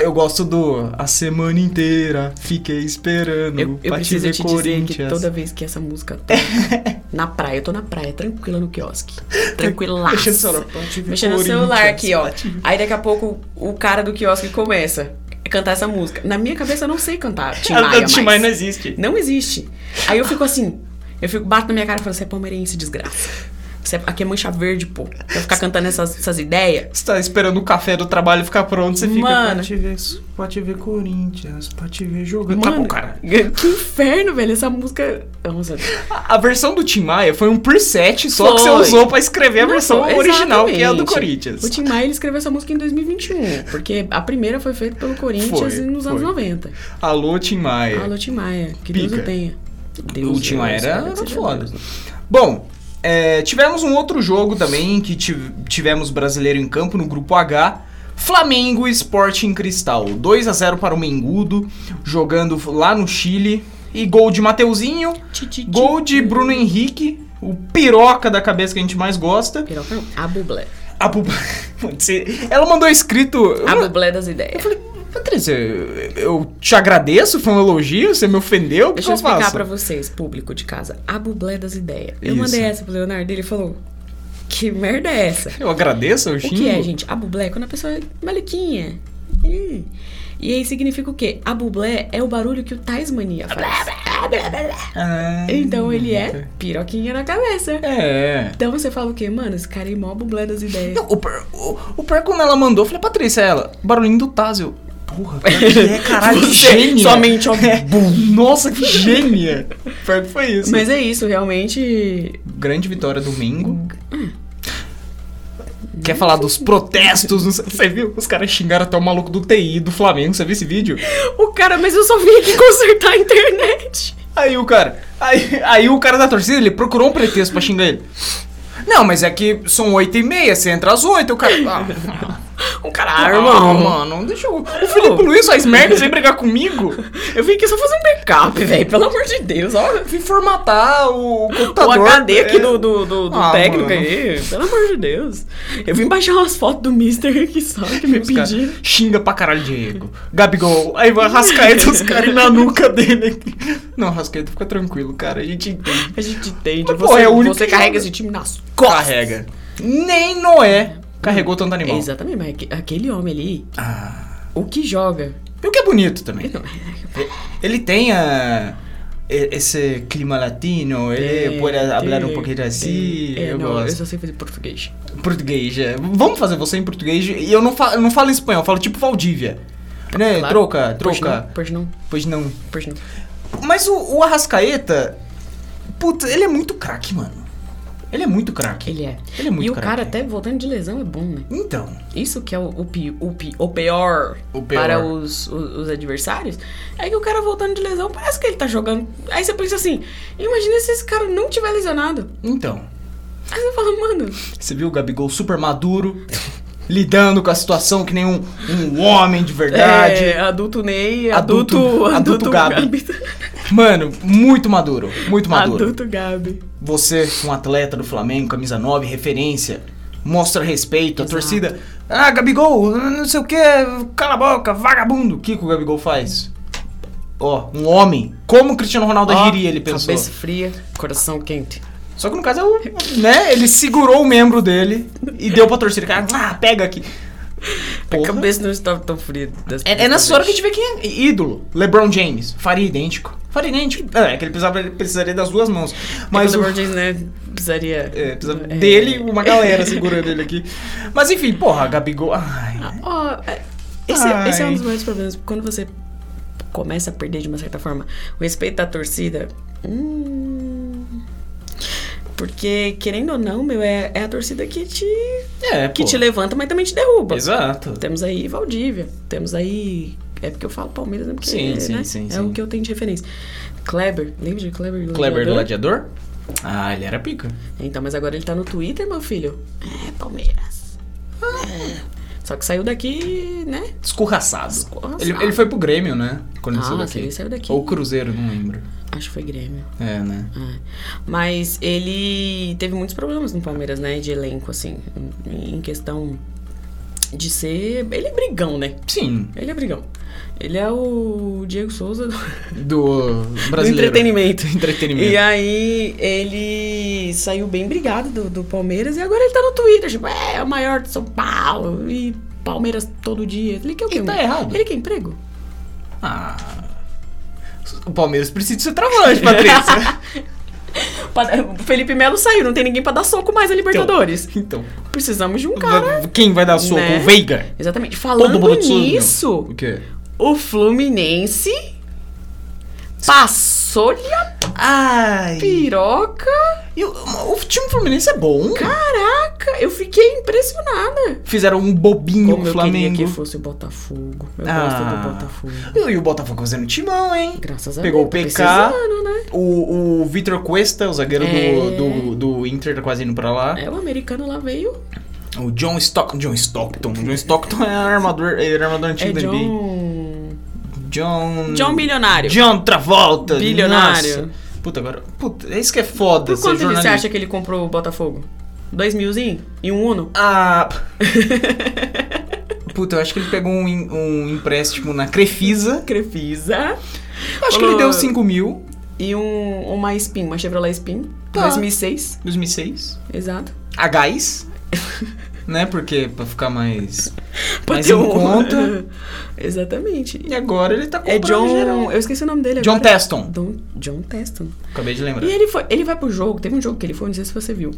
[SPEAKER 1] eu gosto do A Semana Inteira Fiquei Esperando
[SPEAKER 2] Eu, eu
[SPEAKER 1] pra te
[SPEAKER 2] preciso
[SPEAKER 1] ver
[SPEAKER 2] te dizer
[SPEAKER 1] Corinthians.
[SPEAKER 2] que toda vez que essa música toca na praia, eu tô na praia, tranquila no quiosque. Tranquilaça.
[SPEAKER 1] Mexendo no celular, pra te ver
[SPEAKER 2] Mexendo no
[SPEAKER 1] Corinthians,
[SPEAKER 2] celular aqui, ó.
[SPEAKER 1] pra te ver-
[SPEAKER 2] Aí daqui a pouco o cara do quiosque começa a cantar essa música. Na minha cabeça eu não sei cantar Tim
[SPEAKER 1] A- a
[SPEAKER 2] Maia
[SPEAKER 1] Tim Maia
[SPEAKER 2] mais.
[SPEAKER 1] não existe.
[SPEAKER 2] Não existe. Aí eu fico assim, eu fico, bato na minha cara e falo, você é palmeirense, desgraça. Você é- aqui é mancha verde, pô. Vai ficar cantando essas, essas ideias.
[SPEAKER 1] Você tá esperando o café do trabalho ficar pronto, você fica.
[SPEAKER 2] Mano.
[SPEAKER 1] Pra te ver, pra te ver Corinthians, pra te ver jogando. tá
[SPEAKER 2] Mano,
[SPEAKER 1] bom, cara.
[SPEAKER 2] Que inferno, velho. Essa música. Nossa.
[SPEAKER 1] A a versão do Tim Maia foi um preset só que você
[SPEAKER 2] Foi.
[SPEAKER 1] usou pra escrever a
[SPEAKER 2] Não,
[SPEAKER 1] versão
[SPEAKER 2] pô,
[SPEAKER 1] original, que é a do
[SPEAKER 2] exatamente. O
[SPEAKER 1] Corinthians. É.
[SPEAKER 2] Tim Maia ele escreveu essa música em 2021, porque a primeira foi feita pelo Corinthians
[SPEAKER 1] Foi,
[SPEAKER 2] nos anos
[SPEAKER 1] foi.
[SPEAKER 2] 90.
[SPEAKER 1] Alô, Tim Maia.
[SPEAKER 2] Alô, Tim Maia, que Deus
[SPEAKER 1] Pica.
[SPEAKER 2] o tenha. Deus
[SPEAKER 1] o Tim
[SPEAKER 2] Deus,
[SPEAKER 1] Maia era,
[SPEAKER 2] cara,
[SPEAKER 1] era
[SPEAKER 2] seja
[SPEAKER 1] foda.
[SPEAKER 2] Deus.
[SPEAKER 1] é Bom, é, tivemos um outro jogo também que tive- tivemos brasileiro em campo no grupo H. Flamengo e Sporting Cristal. 2 a 0 para o Mengudo, jogando lá no Chile. E gol de Mateuzinho,
[SPEAKER 2] Ti, ti, ti.
[SPEAKER 1] gol de Bruno Henrique, o piroca da cabeça que a gente mais gosta.
[SPEAKER 2] Piroca não, A bublé.
[SPEAKER 1] A bu- Mano, você- Ela mandou escrito.
[SPEAKER 2] A bublé das ideias.
[SPEAKER 1] Ah, Eu falei, Patrícia, eu- eu te agradeço, foi um elogio, você me ofendeu, o que
[SPEAKER 2] Deixa eu
[SPEAKER 1] eu
[SPEAKER 2] explicar
[SPEAKER 1] faço?
[SPEAKER 2] pra vocês, público de casa. A bublé das ideias. Eu
[SPEAKER 1] Isso.
[SPEAKER 2] mandei essa pro Leonardo e ele falou: Que merda é essa?
[SPEAKER 1] Eu agradeço, eu
[SPEAKER 2] O
[SPEAKER 1] xingo.
[SPEAKER 2] que é, gente? A bublé é quando a pessoa é malequinha. Hum. E aí significa o quê? A bublé é o barulho que o Tasmania faz.
[SPEAKER 1] Ah,
[SPEAKER 2] Então ele é piroquinha na cabeça.
[SPEAKER 1] É.
[SPEAKER 2] Então você fala o quê? Mano, esse cara é mó bublé das ideias.
[SPEAKER 1] Não, o, pior, o, o pior é quando ela mandou, eu falei, Patrícia, é ela, barulhinho do Tazio. Porra, pior que é, caralho, que
[SPEAKER 2] Você,
[SPEAKER 1] gênia.
[SPEAKER 2] sua mente, ó,
[SPEAKER 1] É. Nossa, que gênia. Pior que foi isso.
[SPEAKER 2] Mas é isso, realmente.
[SPEAKER 1] Grande vitória domingo. Quer falar dos protestos? não sei- Você viu? Os caras xingaram até o maluco do TI do Flamengo. Você viu esse vídeo?
[SPEAKER 2] O cara, mas eu só vim aqui consertar a internet.
[SPEAKER 1] Aí o cara. Aí, aí o cara da torcida, ele procurou um pretexto pra xingar ele. Não, mas é que são oito e meia, você entra às oito, o cara. Ah,
[SPEAKER 2] O cara,
[SPEAKER 1] Ah,
[SPEAKER 2] irmão.
[SPEAKER 1] mano, deixa eu. O Felipe Luiz faz merda sem brigar comigo.
[SPEAKER 2] Eu vim aqui só fazer um backup, velho. Pelo amor de Deus, ó.
[SPEAKER 1] Vim formatar o
[SPEAKER 2] O
[SPEAKER 1] computador.
[SPEAKER 2] HD aqui
[SPEAKER 1] é.
[SPEAKER 2] do, do, do- do
[SPEAKER 1] Ah,
[SPEAKER 2] técnico
[SPEAKER 1] mano.
[SPEAKER 2] aí, pelo amor de Deus. Eu vim baixar umas fotos do Mister aqui só, que me
[SPEAKER 1] Os cara
[SPEAKER 2] pediram.
[SPEAKER 1] xinga pra caralho, Diego. Gabigol. Aí vai Rascaeta os caras na nuca dele aqui. Não, Rascaeta fica tranquilo, cara. A gente entende.
[SPEAKER 2] A gente entende.
[SPEAKER 1] Mas,
[SPEAKER 2] Você,
[SPEAKER 1] pô, é o único
[SPEAKER 2] você
[SPEAKER 1] que
[SPEAKER 2] carrega
[SPEAKER 1] joga.
[SPEAKER 2] esse time nas costas. É,
[SPEAKER 1] Carrega. Nem Noé carregou tanto animal.
[SPEAKER 2] Exatamente, mas aque- aquele homem ali,
[SPEAKER 1] Ah.
[SPEAKER 2] o que joga?
[SPEAKER 1] E o que é bonito também.
[SPEAKER 2] Não, é,
[SPEAKER 1] Ele tem a. e- Esse clima latino, ele
[SPEAKER 2] é,
[SPEAKER 1] pode falar um
[SPEAKER 2] é,
[SPEAKER 1] pouquinho assim.
[SPEAKER 2] é,
[SPEAKER 1] eu
[SPEAKER 2] não,
[SPEAKER 1] gosto.
[SPEAKER 2] eu só sei fazer português.
[SPEAKER 1] Português, é. Vamos fazer você em português. E eu não falo, eu não falo espanhol, eu falo tipo Valdívia. Né?
[SPEAKER 2] Claro.
[SPEAKER 1] Troca,
[SPEAKER 2] Pois
[SPEAKER 1] troca.
[SPEAKER 2] não, Pois não,
[SPEAKER 1] Pois não.
[SPEAKER 2] pois não.
[SPEAKER 1] Mas o, o Arrascaeta. Puta, ele é muito craque, mano. Ele é muito craque.
[SPEAKER 2] Ele é.
[SPEAKER 1] Ele é muito
[SPEAKER 2] E o
[SPEAKER 1] craque.
[SPEAKER 2] cara até voltando de lesão é bom, né?
[SPEAKER 1] Então.
[SPEAKER 2] Isso que é o, o, pi- o, pi- o pior,
[SPEAKER 1] O pior.
[SPEAKER 2] para os, o- os, adversários. É que o cara voltando de lesão, parece que ele tá jogando. Aí você pensa assim, imagina se esse cara não tiver lesionado.
[SPEAKER 1] Então.
[SPEAKER 2] Aí você fala, mano,
[SPEAKER 1] Você viu o Gabigol super maduro, lidando com a situação que nem um, um homem de verdade.
[SPEAKER 2] é, adulto Ney,
[SPEAKER 1] Adulto-
[SPEAKER 2] adulto...
[SPEAKER 1] adulto Gabi. Mano, muito maduro. Muito maduro.
[SPEAKER 2] Adulto Gabi.
[SPEAKER 1] Você, um atleta do Flamengo, camisa 9, referência. Mostra respeito,
[SPEAKER 2] Exato.
[SPEAKER 1] a torcida. Ah, Gabigol, não sei o que, cala a boca, vagabundo. O que, que o Gabigol faz? Ó, um homem. Como o Cristiano Ronaldo
[SPEAKER 2] Ó,
[SPEAKER 1] agiria, ele pensou.
[SPEAKER 2] Cabeça fria, coração quente.
[SPEAKER 1] Só que no caso é o. né? Ele segurou o membro dele e deu pra torcida. Cara, ah, pega aqui.
[SPEAKER 2] A
[SPEAKER 1] Porra.
[SPEAKER 2] cabeça não estava tão fria. dessa
[SPEAKER 1] É, é nessa
[SPEAKER 2] vez.
[SPEAKER 1] hora que a gente vê quem é ídolo. LeBron James. Faria idêntico. Faria idêntico. É, que ele precisava, ele precisaria das duas mãos. Mas
[SPEAKER 2] Mas o
[SPEAKER 1] É o,
[SPEAKER 2] LeBron James, né, precisaria... é.
[SPEAKER 1] É, precisa dele e uma galera segurando ele aqui. Mas enfim, porra, Gabigol. Ai.
[SPEAKER 2] Ó, é- esse, esse é
[SPEAKER 1] Ai.
[SPEAKER 2] um dos maiores problemas. Quando você começa a perder de uma certa forma o respeito da torcida. Hum, Porque, querendo ou não, meu, é, é a torcida que te,
[SPEAKER 1] É,
[SPEAKER 2] que
[SPEAKER 1] pô.
[SPEAKER 2] te levanta, mas também te derruba.
[SPEAKER 1] Exato.
[SPEAKER 2] Temos aí Valdívia, temos aí. É porque eu falo Palmeiras, né? Porque,
[SPEAKER 1] Sim, sim,
[SPEAKER 2] né?
[SPEAKER 1] sim,
[SPEAKER 2] É
[SPEAKER 1] sim.
[SPEAKER 2] o que eu tenho de referência. Kleber, lembra de Kleber do
[SPEAKER 1] Kleber
[SPEAKER 2] Gladiador?
[SPEAKER 1] Gladiador? um Ah, ele era pica.
[SPEAKER 2] Então, mas agora ele tá no Twitter, meu filho. É, Palmeiras.
[SPEAKER 1] Ah.
[SPEAKER 2] É. Só que saiu daqui, né?
[SPEAKER 1] Escorraçado.
[SPEAKER 2] Escorraçado.
[SPEAKER 1] Ele, ele foi pro Grêmio, né? Quando ele
[SPEAKER 2] Ah,
[SPEAKER 1] saiu daqui.
[SPEAKER 2] ele saiu daqui.
[SPEAKER 1] Ou Cruzeiro, não lembro.
[SPEAKER 2] Acho que foi Grêmio.
[SPEAKER 1] É, né?
[SPEAKER 2] É. Mas ele teve muitos problemas no Palmeiras, né? De elenco, assim. em- Em questão de ser. Ele é brigão, né?
[SPEAKER 1] Sim.
[SPEAKER 2] Ele é brigão. Ele é o Diego Souza do.
[SPEAKER 1] Do brasileiro. né?
[SPEAKER 2] Do entretenimento.
[SPEAKER 1] Entretenimento.
[SPEAKER 2] E aí ele saiu bem brigado do, do Palmeiras e agora ele tá no Twitter, tipo, é, é o maior de São Paulo e Palmeiras todo dia. Ele quer o quê?
[SPEAKER 1] Ele tá errado.
[SPEAKER 2] Ele quer emprego?
[SPEAKER 1] Ah. O Palmeiras precisa de ser travante, Patrícia.
[SPEAKER 2] Pa- O Felipe Melo saiu, não tem ninguém pra dar soco mais na Libertadores.
[SPEAKER 1] então.
[SPEAKER 2] Precisamos de um cara.
[SPEAKER 1] Quem vai dar soco?
[SPEAKER 2] né?
[SPEAKER 1] O Veiga?
[SPEAKER 2] Exatamente. Falando
[SPEAKER 1] mundo de soco, meu.
[SPEAKER 2] nisso,
[SPEAKER 1] O quê?
[SPEAKER 2] o Fluminense passou-lhe a
[SPEAKER 1] Ai.
[SPEAKER 2] piroca.
[SPEAKER 1] e o, o time Fluminense é bom.
[SPEAKER 2] Caraca, eu fiquei impressionada.
[SPEAKER 1] Fizeram um bobinho
[SPEAKER 2] Como
[SPEAKER 1] com o
[SPEAKER 2] eu queria que
[SPEAKER 1] Flamengo.
[SPEAKER 2] fosse o Botafogo. Eu
[SPEAKER 1] Ah.
[SPEAKER 2] gosto do Botafogo.
[SPEAKER 1] E o Botafogo fazendo timão, hein?
[SPEAKER 2] Graças a
[SPEAKER 1] Pegou
[SPEAKER 2] Deus.
[SPEAKER 1] o PK.
[SPEAKER 2] tá precisando, né?
[SPEAKER 1] O, o Vitor Cuesta, o zagueiro
[SPEAKER 2] É.
[SPEAKER 1] do, do, do Inter, tá quase indo pra lá.
[SPEAKER 2] É, o americano lá veio.
[SPEAKER 1] O John Stockton. John Stockton. John Stockton é armador, ele era armador antigo da
[SPEAKER 2] É
[SPEAKER 1] NBA.
[SPEAKER 2] John.
[SPEAKER 1] John.
[SPEAKER 2] John Milionário.
[SPEAKER 1] Hum. John Travolta.
[SPEAKER 2] Bilionário.
[SPEAKER 1] nossa. Puta, agora. Puta, é isso que é foda.
[SPEAKER 2] Por
[SPEAKER 1] ser
[SPEAKER 2] quanto
[SPEAKER 1] jornalista.
[SPEAKER 2] você acha que ele comprou o Botafogo? Dois milzinho? E um Uno?
[SPEAKER 1] Ah. p- Puta, eu acho que ele pegou um, em- um empréstimo na Crefisa.
[SPEAKER 2] Crefisa.
[SPEAKER 1] Eu acho que ele deu 5 mil.
[SPEAKER 2] E um, uma Spin, uma Chevrolet Spin.
[SPEAKER 1] Tá.
[SPEAKER 2] 2006,
[SPEAKER 1] 2006.
[SPEAKER 2] exato.
[SPEAKER 1] A gás. né? Porque pra ficar mais. mais
[SPEAKER 2] ter
[SPEAKER 1] em
[SPEAKER 2] um-
[SPEAKER 1] conta.
[SPEAKER 2] Exatamente.
[SPEAKER 1] E agora ele tá comprando
[SPEAKER 2] É John...
[SPEAKER 1] geral.
[SPEAKER 2] Eu esqueci o nome dele
[SPEAKER 1] John
[SPEAKER 2] agora.
[SPEAKER 1] Teston.
[SPEAKER 2] Don- John Teston.
[SPEAKER 1] Acabei de lembrar.
[SPEAKER 2] E ele foi, ele vai pro jogo, teve um jogo que ele foi, não sei se você viu,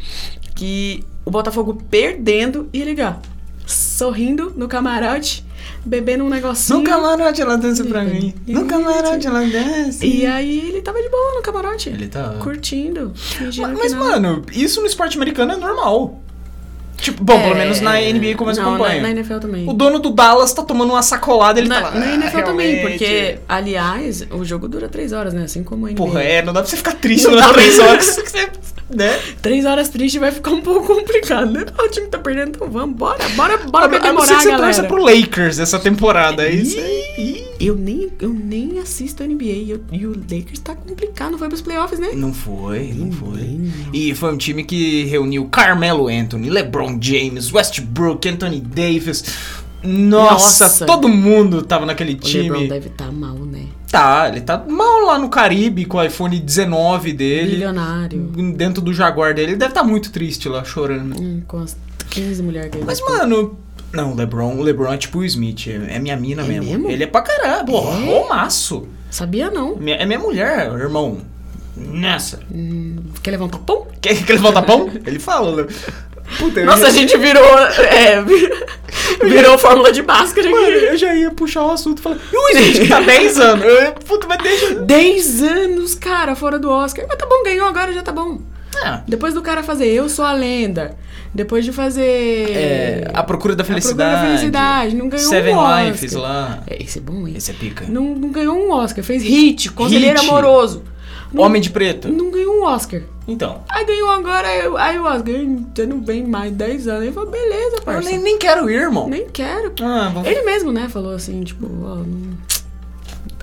[SPEAKER 2] que o Botafogo perdendo e ele ó, sorrindo no camarote, bebendo um negocinho.
[SPEAKER 1] No camarote ela dança pra mim. No camarote ela dança.
[SPEAKER 2] E aí ele tava de boa no camarote.
[SPEAKER 1] Ele tá.
[SPEAKER 2] curtindo, fingindo
[SPEAKER 1] Mas,
[SPEAKER 2] que
[SPEAKER 1] mas,
[SPEAKER 2] não.
[SPEAKER 1] mano, isso no esporte americano é normal. Tipo, bom, pelo
[SPEAKER 2] É,
[SPEAKER 1] menos na NBA como eu
[SPEAKER 2] não,
[SPEAKER 1] acompanho.
[SPEAKER 2] Na, na NFL também.
[SPEAKER 1] O dono do Dallas tá tomando uma sacolada, ele
[SPEAKER 2] na,
[SPEAKER 1] tá lá.
[SPEAKER 2] na
[SPEAKER 1] "Ah,
[SPEAKER 2] NFL também,
[SPEAKER 1] realmente."
[SPEAKER 2] porque, aliás, o jogo dura três horas, né? Assim como a NBA.
[SPEAKER 1] Porra, é, não dá pra você ficar triste
[SPEAKER 2] Não
[SPEAKER 1] nas
[SPEAKER 2] dá.
[SPEAKER 1] três horas. que você- né?
[SPEAKER 2] Três horas triste vai ficar um pouco complicado, né? O time tá perdendo, então vamos, bora, bora, bora
[SPEAKER 1] a, a Ah, não ser
[SPEAKER 2] comemorar,
[SPEAKER 1] que você
[SPEAKER 2] galera.
[SPEAKER 1] torça pro Lakers essa temporada. É isso aí.
[SPEAKER 2] Eu nem, eu nem assisto NBA e, eu- e o Lakers tá complicado, não foi pros playoffs, né?
[SPEAKER 1] Não foi, não foi. E foi um time que reuniu Carmelo Anthony, LeBron James, Westbrook, Anthony Davis. Nossa,
[SPEAKER 2] Nossa.
[SPEAKER 1] todo mundo tava naquele
[SPEAKER 2] O LeBron
[SPEAKER 1] time.
[SPEAKER 2] deve tá mal, né?
[SPEAKER 1] Tá, ele tá mal lá no Caribe com o iPhone 19 dele.
[SPEAKER 2] Bilionário.
[SPEAKER 1] Dentro do Jaguar dele. Ele deve tá muito triste lá, chorando.
[SPEAKER 2] Hum, com as 15 mulheres que ele
[SPEAKER 1] Mas,
[SPEAKER 2] gosta.
[SPEAKER 1] mano. Não, o LeBron, o LeBron é tipo o Smith. É, é minha mina
[SPEAKER 2] É
[SPEAKER 1] mesmo.
[SPEAKER 2] mesmo?
[SPEAKER 1] Ele é pra caralho. Porra,
[SPEAKER 2] É?
[SPEAKER 1] romaço.
[SPEAKER 2] Sabia não.
[SPEAKER 1] Minha- É minha mulher, irmão. Nossa.
[SPEAKER 2] Hum, quer levar um tapão?
[SPEAKER 1] Quer que ele volta pão? Ele fala. né? Puta, eu
[SPEAKER 2] Nossa,
[SPEAKER 1] já-
[SPEAKER 2] a gente virou. É, vir- virou fórmula de máscara
[SPEAKER 1] Mano,
[SPEAKER 2] aqui.
[SPEAKER 1] eu já ia puxar o assunto e falar. Ui, gente, tá 10 anos. Eu ia, Puta, mas deixa.
[SPEAKER 2] 10 anos, cara, fora do Oscar. Mas tá bom, ganhou agora, já tá bom.
[SPEAKER 1] Ah,
[SPEAKER 2] Depois do cara fazer Eu Sou a Lenda. Depois de fazer.
[SPEAKER 1] é, a procura da
[SPEAKER 2] A Procura
[SPEAKER 1] felicidade.
[SPEAKER 2] da Felicidade. Não ganhou
[SPEAKER 1] Seven
[SPEAKER 2] um Oscar.
[SPEAKER 1] Lives lá.
[SPEAKER 2] É, esse é bom, hein?
[SPEAKER 1] Esse é pica.
[SPEAKER 2] Não, não ganhou um Oscar. Fez hit, conselheiro
[SPEAKER 1] Hit.
[SPEAKER 2] amoroso. Não,
[SPEAKER 1] Homem de Preto.
[SPEAKER 2] Não ganhou um Oscar.
[SPEAKER 1] Então.
[SPEAKER 2] Aí ganhou agora, aí eu- aí o Oscar. "Hum, Você não vem mais 10 anos. Ele falou, beleza,
[SPEAKER 1] Eu
[SPEAKER 2] parça.
[SPEAKER 1] nem, nem quero ir, irmão.
[SPEAKER 2] nem quero.
[SPEAKER 1] Ah, vou...
[SPEAKER 2] Ele mesmo, né, falou assim, tipo, ó, não-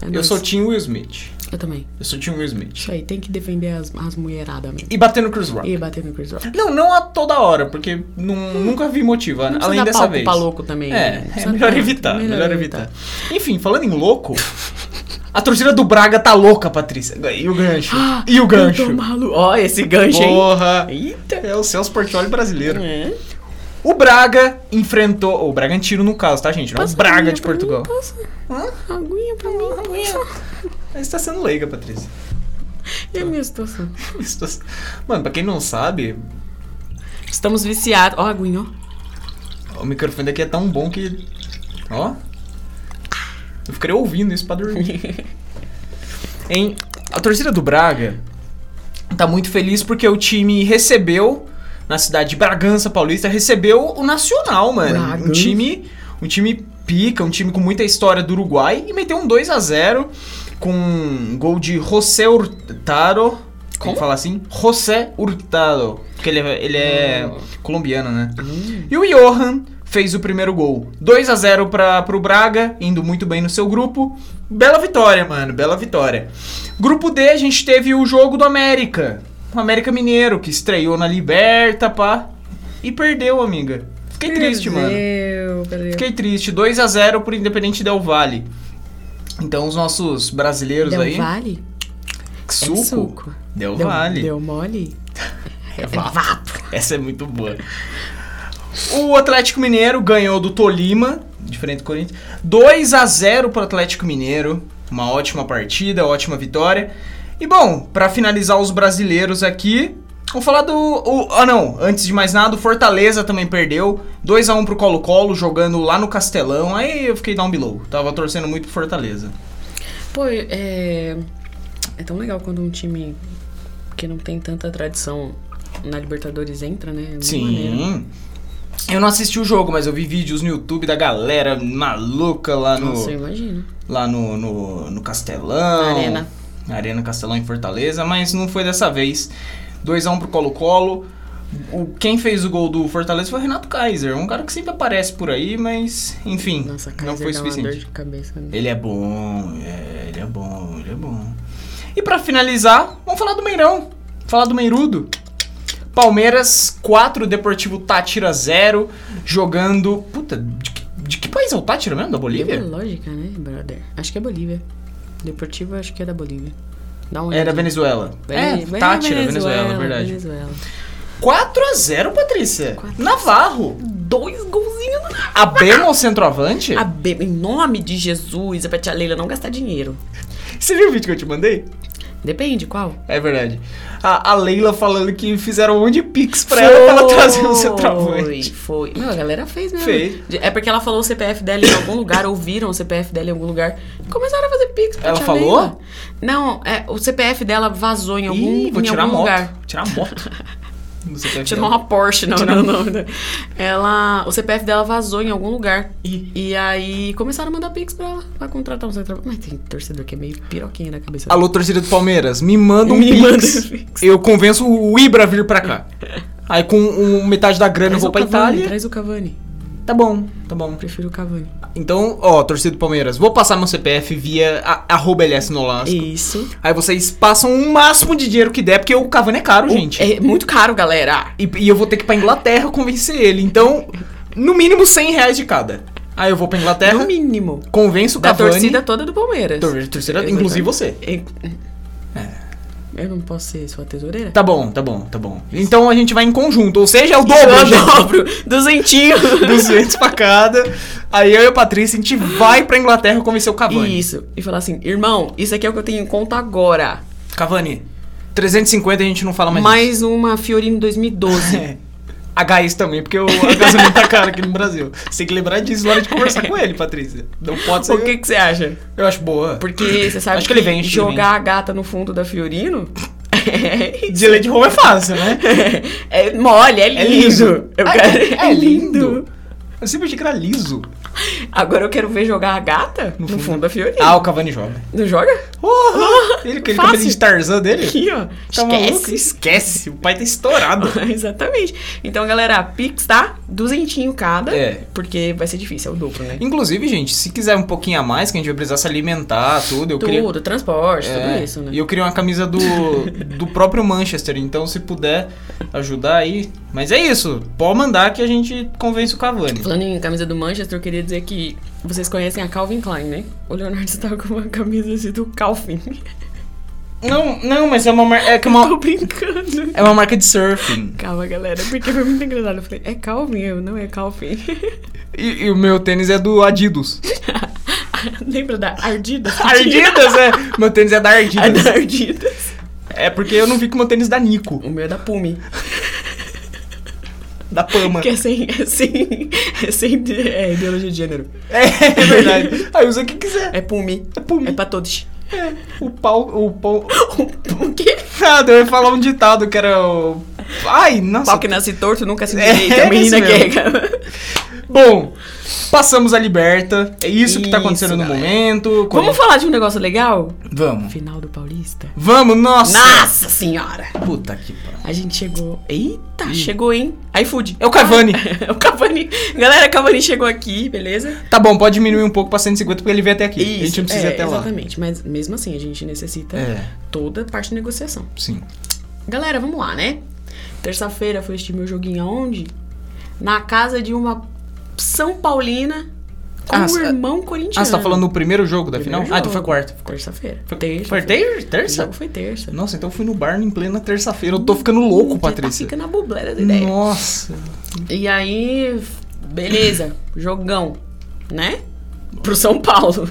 [SPEAKER 2] É
[SPEAKER 1] Eu
[SPEAKER 2] nóis.
[SPEAKER 1] sou Tim Will Smith.
[SPEAKER 2] Eu também.
[SPEAKER 1] Eu sou Tim Will Smith.
[SPEAKER 2] Isso aí, tem que defender as, as mulheradas mesmo.
[SPEAKER 1] E batendo Chris Rock.
[SPEAKER 2] E bater no Chris Rock.
[SPEAKER 1] Não, não a toda hora, porque nu- nunca vi motivo, né?
[SPEAKER 2] Não precisa
[SPEAKER 1] além
[SPEAKER 2] dar
[SPEAKER 1] dessa
[SPEAKER 2] palco
[SPEAKER 1] vez.
[SPEAKER 2] pra louco também. né?
[SPEAKER 1] É, é
[SPEAKER 2] Precisa
[SPEAKER 1] melhor
[SPEAKER 2] dar-
[SPEAKER 1] evitar, melhor, evitar. Enfim, falando em louco, a torcida do Braga tá louca, Patrícia. E o gancho?
[SPEAKER 2] Ah,
[SPEAKER 1] e o gancho?
[SPEAKER 2] eu tô malu- Ó, esse gancho, hein?
[SPEAKER 1] Porra!
[SPEAKER 2] Eita.
[SPEAKER 1] É o Celso Portioli brasileiro.
[SPEAKER 2] É.
[SPEAKER 1] O Braga enfrentou. O Bragantino, no caso, tá, gente? Não é o
[SPEAKER 2] Passa
[SPEAKER 1] Braga
[SPEAKER 2] aguinha
[SPEAKER 1] de
[SPEAKER 2] pra mim,
[SPEAKER 1] Portugal.
[SPEAKER 2] passa. Aguinha pra mim. passa. É
[SPEAKER 1] Mas tá sendo leiga, Patrícia. tá
[SPEAKER 2] E a minha situação?
[SPEAKER 1] Mano, pra quem não sabe,
[SPEAKER 2] Estamos viciados. Ó, a aguinha, ó.
[SPEAKER 1] o microfone daqui é tão bom que. Ó. Eu ficaria ouvindo isso pra dormir. Hein? A torcida do Braga tá muito feliz porque o time recebeu, na cidade de Bragança Paulista, recebeu o Nacional, mano. Um
[SPEAKER 2] Bragança.
[SPEAKER 1] time, um time pica, um time com muita história do Uruguai e meteu um 2 a 0 com um gol de José Hurtado. Como
[SPEAKER 2] Como?
[SPEAKER 1] falar assim? José Hurtado. Porque ele é, ele é colombiano, né?
[SPEAKER 2] Hum.
[SPEAKER 1] E o Johan fez o primeiro gol. 2 a 0 para pro Braga, indo muito bem no seu grupo. Bela vitória, mano, bela vitória. Grupo D, a gente teve o jogo do América. O América Mineiro, que estreou na Liberta, pá. E perdeu, amiga. Fiquei triste, mano.
[SPEAKER 2] Perdeu, perdeu.
[SPEAKER 1] Fiquei triste. 2 a 0 pro Independente Del Vale. Então os nossos brasileiros
[SPEAKER 2] Deu
[SPEAKER 1] aí.
[SPEAKER 2] vale?
[SPEAKER 1] Que
[SPEAKER 2] É
[SPEAKER 1] suco.
[SPEAKER 2] suco.
[SPEAKER 1] Del
[SPEAKER 2] Deu,
[SPEAKER 1] Vale.
[SPEAKER 2] deu mole?
[SPEAKER 1] É vapo. Essa é muito boa. O Atlético Mineiro ganhou do Tolima, diferente do Corinthians. 2 a 0 pro Atlético Mineiro. Uma ótima partida, ótima vitória. E bom, pra finalizar os brasileiros aqui, vou falar do o- ah não, antes de mais nada, o Fortaleza também perdeu. 2 a 1 pro Colo-Colo jogando lá no Castelão. Aí eu fiquei down below. Tava torcendo muito pro Fortaleza.
[SPEAKER 2] Pô, é. É tão legal quando um time que não tem tanta tradição na Libertadores entra, né? É muito maneiro.
[SPEAKER 1] Sim. Eu não assisti o jogo, mas eu vi vídeos no YouTube da galera maluca lá no
[SPEAKER 2] Nossa, eu imagino.
[SPEAKER 1] lá no, no, no Castelão.
[SPEAKER 2] Arena.
[SPEAKER 1] Arena Castelão em Fortaleza, mas não foi dessa vez. 2x1 pro Colo-Colo. O, quem fez o gol do Fortaleza foi o Renato Kaiser, um cara que sempre aparece por aí, mas enfim,
[SPEAKER 2] Nossa, Kaiser
[SPEAKER 1] não foi
[SPEAKER 2] dá uma dor
[SPEAKER 1] suficiente.
[SPEAKER 2] de cabeça. né?
[SPEAKER 1] Ele é bom, é, ele é bom, ele é bom. E pra finalizar, vamos falar do Meirão, falar do Meirudo. Palmeiras 4, Deportivo Tátira 0, jogando. Puta, de que, de que país é o Tátira mesmo? Da Bolívia?
[SPEAKER 2] Deu uma lógica, né, brother? Acho que é Bolívia. Deportivo, acho que é da Bolívia. Dá um
[SPEAKER 1] Era Venezuela. É,
[SPEAKER 2] Vene-
[SPEAKER 1] Tátira, Venezuela, é verdade.
[SPEAKER 2] Venezuela.
[SPEAKER 1] 4x0, Patrícia.
[SPEAKER 2] 4 a 0.
[SPEAKER 1] Navarro.
[SPEAKER 2] Dois golzinhos no
[SPEAKER 1] A Bema, o centroavante.
[SPEAKER 2] A Be- Em nome de Jesus, é pra tia Leila não gastar dinheiro.
[SPEAKER 1] Você viu o vídeo que eu te mandei?
[SPEAKER 2] Depende, qual?
[SPEAKER 1] É verdade. A, a Leila falando que fizeram um monte de pix pra ela pra ela trazer um centroavante.
[SPEAKER 2] Foi, Meu, a galera fez mesmo.
[SPEAKER 1] Fez.
[SPEAKER 2] De- É porque ela falou o CPF dela em algum lugar, ouviram o CPF dela em algum lugar. e Começaram a fazer pix pra
[SPEAKER 1] Ela
[SPEAKER 2] tia
[SPEAKER 1] falou?
[SPEAKER 2] Leila. Não, é, o CPF dela vazou em algum,
[SPEAKER 1] Ih, vou
[SPEAKER 2] em
[SPEAKER 1] tirar a
[SPEAKER 2] algum
[SPEAKER 1] moto.
[SPEAKER 2] lugar.
[SPEAKER 1] Vou tirar a moto. Não sei o que é
[SPEAKER 2] Tirou
[SPEAKER 1] aquilo.
[SPEAKER 2] uma Porsche, não,
[SPEAKER 1] Tirou
[SPEAKER 2] não, não. não. Ela, o CPF dela vazou em algum lugar.
[SPEAKER 1] Ih.
[SPEAKER 2] E aí começaram a mandar pix pra ela, pra contratar um centroavante. Mas tem torcedor que é meio piroquinha na cabeça.
[SPEAKER 1] Alô, torcida do Palmeiras, me manda um
[SPEAKER 2] Me
[SPEAKER 1] pix.
[SPEAKER 2] manda um pix.
[SPEAKER 1] Eu convenço o Ibra a vir pra cá. Aí com um- metade da grana eu
[SPEAKER 2] Traz
[SPEAKER 1] vou
[SPEAKER 2] o
[SPEAKER 1] pra
[SPEAKER 2] Cavani,
[SPEAKER 1] Itália.
[SPEAKER 2] Traz o Cavani.
[SPEAKER 1] Tá bom, tá bom.
[SPEAKER 2] Prefiro o Cavani.
[SPEAKER 1] Então, ó, torcida do Palmeiras, vou passar meu CPF via a, arroba LS Nolasco.
[SPEAKER 2] Isso.
[SPEAKER 1] Aí vocês passam o máximo de dinheiro que der, porque o Cavani é caro, gente.
[SPEAKER 2] É muito caro, galera.
[SPEAKER 1] E, e eu vou ter que ir pra Inglaterra convencer ele. Então, no mínimo 100 reais de cada. Aí eu vou pra Inglaterra,
[SPEAKER 2] No mínimo.
[SPEAKER 1] convenço o
[SPEAKER 2] Da
[SPEAKER 1] Cavani.
[SPEAKER 2] torcida toda do Palmeiras.
[SPEAKER 1] Tor- torcida, inclusive você.
[SPEAKER 2] E- é, Eu não posso ser sua tesoureira?
[SPEAKER 1] É. Tá bom, tá bom, tá bom. Então a gente vai em conjunto, ou seja, é o dobro,
[SPEAKER 2] Eu
[SPEAKER 1] gente.
[SPEAKER 2] dobro. Duzentinho.
[SPEAKER 1] 200 pra cada. Aí eu e a Patrícia, a gente vai pra Inglaterra convencer o Cavani.
[SPEAKER 2] Isso. E falar assim, irmão, isso aqui é o que eu tenho em conta agora.
[SPEAKER 1] Cavani, 350 a gente não fala mais disso.
[SPEAKER 2] Mais uma Fiorino 2012.
[SPEAKER 1] É. H isso também, porque o a gasolina tá cara aqui no Brasil. Você tem que lembrar disso na hora de conversar com ele, Patrícia. Não pode ser.
[SPEAKER 2] O que, que você acha?
[SPEAKER 1] Eu acho boa.
[SPEAKER 2] Porque você sabe
[SPEAKER 1] Acho que ele vem, acho que ele
[SPEAKER 2] jogar a gata no fundo da Fiorino é isso.
[SPEAKER 1] De leite de roupa é fácil, né?
[SPEAKER 2] É mole, é
[SPEAKER 1] É
[SPEAKER 2] lindo.
[SPEAKER 1] liso.
[SPEAKER 2] Eu
[SPEAKER 1] Ah,
[SPEAKER 2] quero-
[SPEAKER 1] é lindo. Eu sempre achei que era liso.
[SPEAKER 2] Agora eu quero ver jogar a gata no, fundo. da Fiorino.
[SPEAKER 1] Ah, o Cavani joga.
[SPEAKER 2] Não joga?
[SPEAKER 1] Ele, aquele
[SPEAKER 2] Fácil.
[SPEAKER 1] cabelo de Tarzan dele.
[SPEAKER 2] Aqui, ó.
[SPEAKER 1] Tá maluco?
[SPEAKER 2] Esquece.
[SPEAKER 1] Esquece. O pai tá estourado.
[SPEAKER 2] Exatamente. Então, galera, Pix, tá? Duzentinho cada.
[SPEAKER 1] É.
[SPEAKER 2] Porque vai ser difícil, é o dobro, né?
[SPEAKER 1] Inclusive, gente, se quiser um pouquinho a mais, que a gente vai precisar se alimentar, tudo, eu queria.
[SPEAKER 2] Tudo, transporte,
[SPEAKER 1] É,
[SPEAKER 2] tudo isso, né?
[SPEAKER 1] E eu queria uma camisa do, do próprio Manchester, então se puder ajudar aí. Mas é isso, pode mandar que a gente convence o Cavani.
[SPEAKER 2] Falando em camisa do Manchester, eu queria dizer que vocês conhecem a Calvin Klein, né? O Leonardo estava com uma camisa assim do Calvin.
[SPEAKER 1] Não, não, mas é uma, mar- é que é uma,
[SPEAKER 2] Tô brincando.
[SPEAKER 1] é uma marca de surfing.
[SPEAKER 2] Calma, galera, porque foi muito engraçado. Eu falei, é Calvin? Eu, não é Calvin.
[SPEAKER 1] E, e o meu tênis é do Adidas.
[SPEAKER 2] Lembra da Ardidas?
[SPEAKER 1] Ardidas, é. Meu tênis é da
[SPEAKER 2] A
[SPEAKER 1] Ardidas.
[SPEAKER 2] da Ardidas.
[SPEAKER 1] É porque eu não vi com meu tênis da Nico,
[SPEAKER 2] O meu é da Pumi.
[SPEAKER 1] da Pama.
[SPEAKER 2] Que é sem, é sem, é sem é, ideologia de gênero.
[SPEAKER 1] É, é verdade. Aí usa o que quiser.
[SPEAKER 2] É Pumi.
[SPEAKER 1] É Pumi.
[SPEAKER 2] É pra todos.
[SPEAKER 1] O pau, o pau,
[SPEAKER 2] O, o quê?
[SPEAKER 1] Nada, eu ia falar um ditado que era o. Ai, nossa.
[SPEAKER 2] Pau que nasce torto nunca se
[SPEAKER 1] É,
[SPEAKER 2] direita.
[SPEAKER 1] é
[SPEAKER 2] menina
[SPEAKER 1] isso
[SPEAKER 2] é.
[SPEAKER 1] mesmo.
[SPEAKER 2] queca.
[SPEAKER 1] Bom, passamos a liberta. É isso, que tá acontecendo no
[SPEAKER 2] Isso, galera.
[SPEAKER 1] momento. Quando-
[SPEAKER 2] Vamos falar de um negócio legal?
[SPEAKER 1] Vamos.
[SPEAKER 2] Final do Paulista.
[SPEAKER 1] Vamos, nossa.
[SPEAKER 2] Nossa senhora!
[SPEAKER 1] Puta que pariu.
[SPEAKER 2] A gente chegou. Eita, chegou, hein? iFood.
[SPEAKER 1] É o Cavani.
[SPEAKER 2] o Cavani. Galera, o Cavani chegou aqui, beleza?
[SPEAKER 1] Tá bom, pode diminuir um pouco pra 150 porque ele veio até aqui. a gente não precisa
[SPEAKER 2] é,
[SPEAKER 1] ir até lá.
[SPEAKER 2] Exatamente, mas mesmo assim a gente necessita
[SPEAKER 1] É,
[SPEAKER 2] toda a parte de negociação.
[SPEAKER 1] sim. Ah,
[SPEAKER 2] Galera, vamos lá, né? Terça-feira foi este meu joguinho aonde? Na casa de uma São Paulina com
[SPEAKER 1] Ah,
[SPEAKER 2] um
[SPEAKER 1] cê-
[SPEAKER 2] irmão corintiano.
[SPEAKER 1] Ah, você tá falando do primeiro jogo da
[SPEAKER 2] Primeiro
[SPEAKER 1] final? Ah, então foi
[SPEAKER 2] jogo.
[SPEAKER 1] quarta.
[SPEAKER 2] Terça-feira.
[SPEAKER 1] Foi-
[SPEAKER 2] terça.
[SPEAKER 1] Foi ter-
[SPEAKER 2] O
[SPEAKER 1] terça?
[SPEAKER 2] jogo foi terça.
[SPEAKER 1] Nossa, então eu fui no bar em plena terça-feira. Eu tô ficando louco,
[SPEAKER 2] Você
[SPEAKER 1] Patrícia.
[SPEAKER 2] Tá ficando a bublera da ideia.
[SPEAKER 1] Nossa.
[SPEAKER 2] E aí, beleza, jogão, né? Pro São Paulo.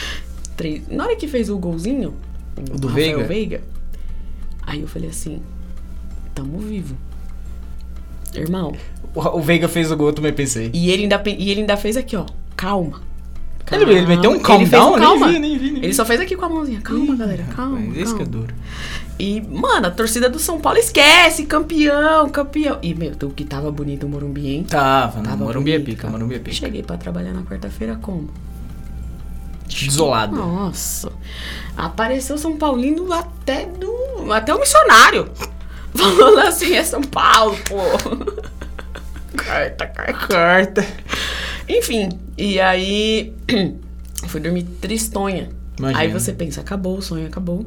[SPEAKER 2] Três- Na hora que fez o golzinho, o
[SPEAKER 1] Do
[SPEAKER 2] Rafael
[SPEAKER 1] Veiga?
[SPEAKER 2] aí eu falei assim, tamo vivo. Irmão.
[SPEAKER 1] O, o Veiga fez o gol, eu também pensei.
[SPEAKER 2] E ele ainda, pe- e ele ainda fez aqui, ó, calma.
[SPEAKER 1] Ele, ele meteu um calm
[SPEAKER 2] Ele fez
[SPEAKER 1] down,
[SPEAKER 2] um calma.
[SPEAKER 1] nem vi, nem vi. Nem vi.
[SPEAKER 2] Ele só fez aqui com a mãozinha, calma, galera, calma.
[SPEAKER 1] Mas Esse que é
[SPEAKER 2] calma.
[SPEAKER 1] duro.
[SPEAKER 2] E, mano, a torcida do São Paulo esquece, campeão, campeão. E, meu, o que tava bonito o Morumbi, hein?
[SPEAKER 1] Tava,
[SPEAKER 2] Tava
[SPEAKER 1] no Morumbi é
[SPEAKER 2] bonito.
[SPEAKER 1] pica, Morumbi é pica.
[SPEAKER 2] Cheguei pra trabalhar na quarta-feira como?
[SPEAKER 1] Desolado.
[SPEAKER 2] Nossa. Apareceu São Paulino até do até o missionário. Falando assim, é São Paulo, pô. Carta, carta.
[SPEAKER 1] Carta.
[SPEAKER 2] Enfim, e aí fui dormir tristonha.
[SPEAKER 1] Imagina.
[SPEAKER 2] Aí você pensa, acabou o sonho, acabou.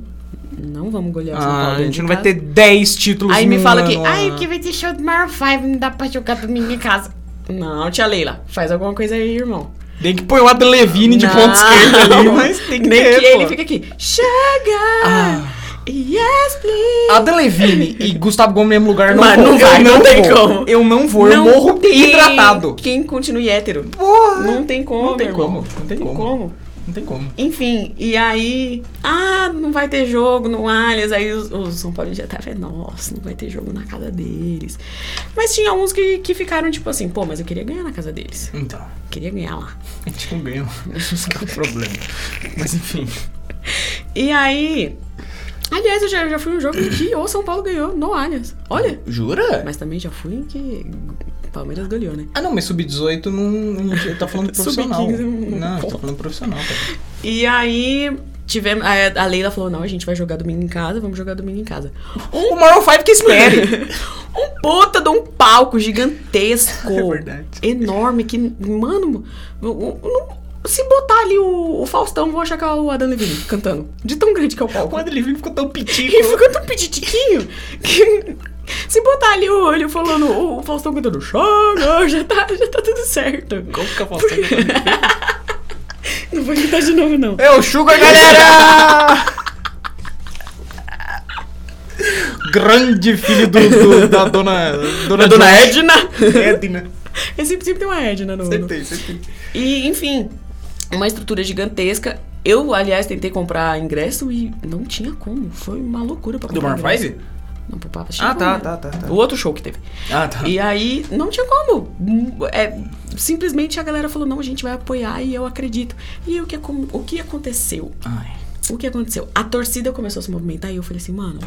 [SPEAKER 2] Não vamos golear o São Paulo.
[SPEAKER 1] Ah, a
[SPEAKER 2] dentro
[SPEAKER 1] gente
[SPEAKER 2] de
[SPEAKER 1] não vai
[SPEAKER 2] casa.
[SPEAKER 1] ter 10 títulos
[SPEAKER 2] Aí me
[SPEAKER 1] num
[SPEAKER 2] fala que,
[SPEAKER 1] ano,
[SPEAKER 2] ai,
[SPEAKER 1] ah.
[SPEAKER 2] que vai ter show do Mario 5, não dá pra jogar domingo em casa. Não, tia Leila, faz alguma coisa aí, irmão.
[SPEAKER 1] Tem que pôr o Adam Levine de ponta esquerda ali, mas tem que
[SPEAKER 2] Nem
[SPEAKER 1] ter,
[SPEAKER 2] que ele
[SPEAKER 1] pô. Ah.
[SPEAKER 2] fica aqui. Chega! Yes, please!
[SPEAKER 1] Adam Levine e Gustavo Gomes no mesmo lugar não
[SPEAKER 2] Mas
[SPEAKER 1] vou.
[SPEAKER 2] não vai,
[SPEAKER 1] eu
[SPEAKER 2] não tem
[SPEAKER 1] vou.
[SPEAKER 2] como.
[SPEAKER 1] Eu não vou, eu morro hidratado.
[SPEAKER 2] Quem continue hétero.
[SPEAKER 1] Porra.
[SPEAKER 2] Não tem como,
[SPEAKER 1] Não tem
[SPEAKER 2] irmão.
[SPEAKER 1] como, não tem como. Não tem como.
[SPEAKER 2] Enfim, e aí... Ah, não vai ter jogo no Allianz. Aí os, os São Paulo já tava... Nossa, não vai ter jogo na casa deles. Mas tinha uns que, que ficaram tipo assim... Pô, mas eu queria ganhar na casa deles.
[SPEAKER 1] Então,
[SPEAKER 2] Queria ganhar lá.
[SPEAKER 1] a gente não ganha. Esse que é o problema. Mas enfim.
[SPEAKER 2] E aí... Aliás, eu já, já fui um jogo em que o São Paulo ganhou no Allianz. Olha...
[SPEAKER 1] Jura?
[SPEAKER 2] Mas também já fui em que Palmeiras goleou, né?
[SPEAKER 1] Ah não, mas sub-18 não. a gente Tá falando profissional.
[SPEAKER 2] Sub-15 não-
[SPEAKER 1] Não, a gente tá falando profissional. cara.
[SPEAKER 2] E aí tivemos. é, a- A Leila falou: não, a gente vai jogar domingo em casa, vamos jogar domingo em casa.
[SPEAKER 1] O Maroon 5 que espere.
[SPEAKER 2] um puta de um palco gigantesco.
[SPEAKER 1] É verdade.
[SPEAKER 2] Enorme, que, mano, o- o- não- se botar ali o, o Faustão, vou achar que é o Adam Levine cantando. De tão grande que é o palco.
[SPEAKER 1] Tá, O Adam Levine ficou tão pitico.
[SPEAKER 2] E ficou tão peditiquinho que se botar ali o olho falando, o Faustão cantando, chora, já tá, já tá tudo certo.
[SPEAKER 1] Como que eu posso ter-
[SPEAKER 2] Não vou gritar de novo, não.
[SPEAKER 1] É o Sugar, galera! Grande filho do, do- da dona. É Dona,
[SPEAKER 2] Edna.
[SPEAKER 1] Edna.
[SPEAKER 2] Eu sempre, sempre tem uma Edna no. no-
[SPEAKER 1] Acertei, acertei.
[SPEAKER 2] E, enfim, uma estrutura gigantesca. Eu, aliás, tentei comprar ingresso e não tinha como. Foi uma loucura pra
[SPEAKER 1] Do
[SPEAKER 2] comprar.
[SPEAKER 1] Maroon
[SPEAKER 2] ingresso.
[SPEAKER 1] 5?
[SPEAKER 2] Não, pro Papa Chico,
[SPEAKER 1] Ah, tá,
[SPEAKER 2] né?
[SPEAKER 1] tá, tá, tá.
[SPEAKER 2] O outro show que teve.
[SPEAKER 1] Ah, tá.
[SPEAKER 2] E aí, não tinha como. Hum, É, simplesmente a galera falou: não, a gente vai apoiar e eu acredito. E o que, acon- o que aconteceu?
[SPEAKER 1] Ai.
[SPEAKER 2] O que aconteceu? A torcida começou a se movimentar e eu falei assim, mano,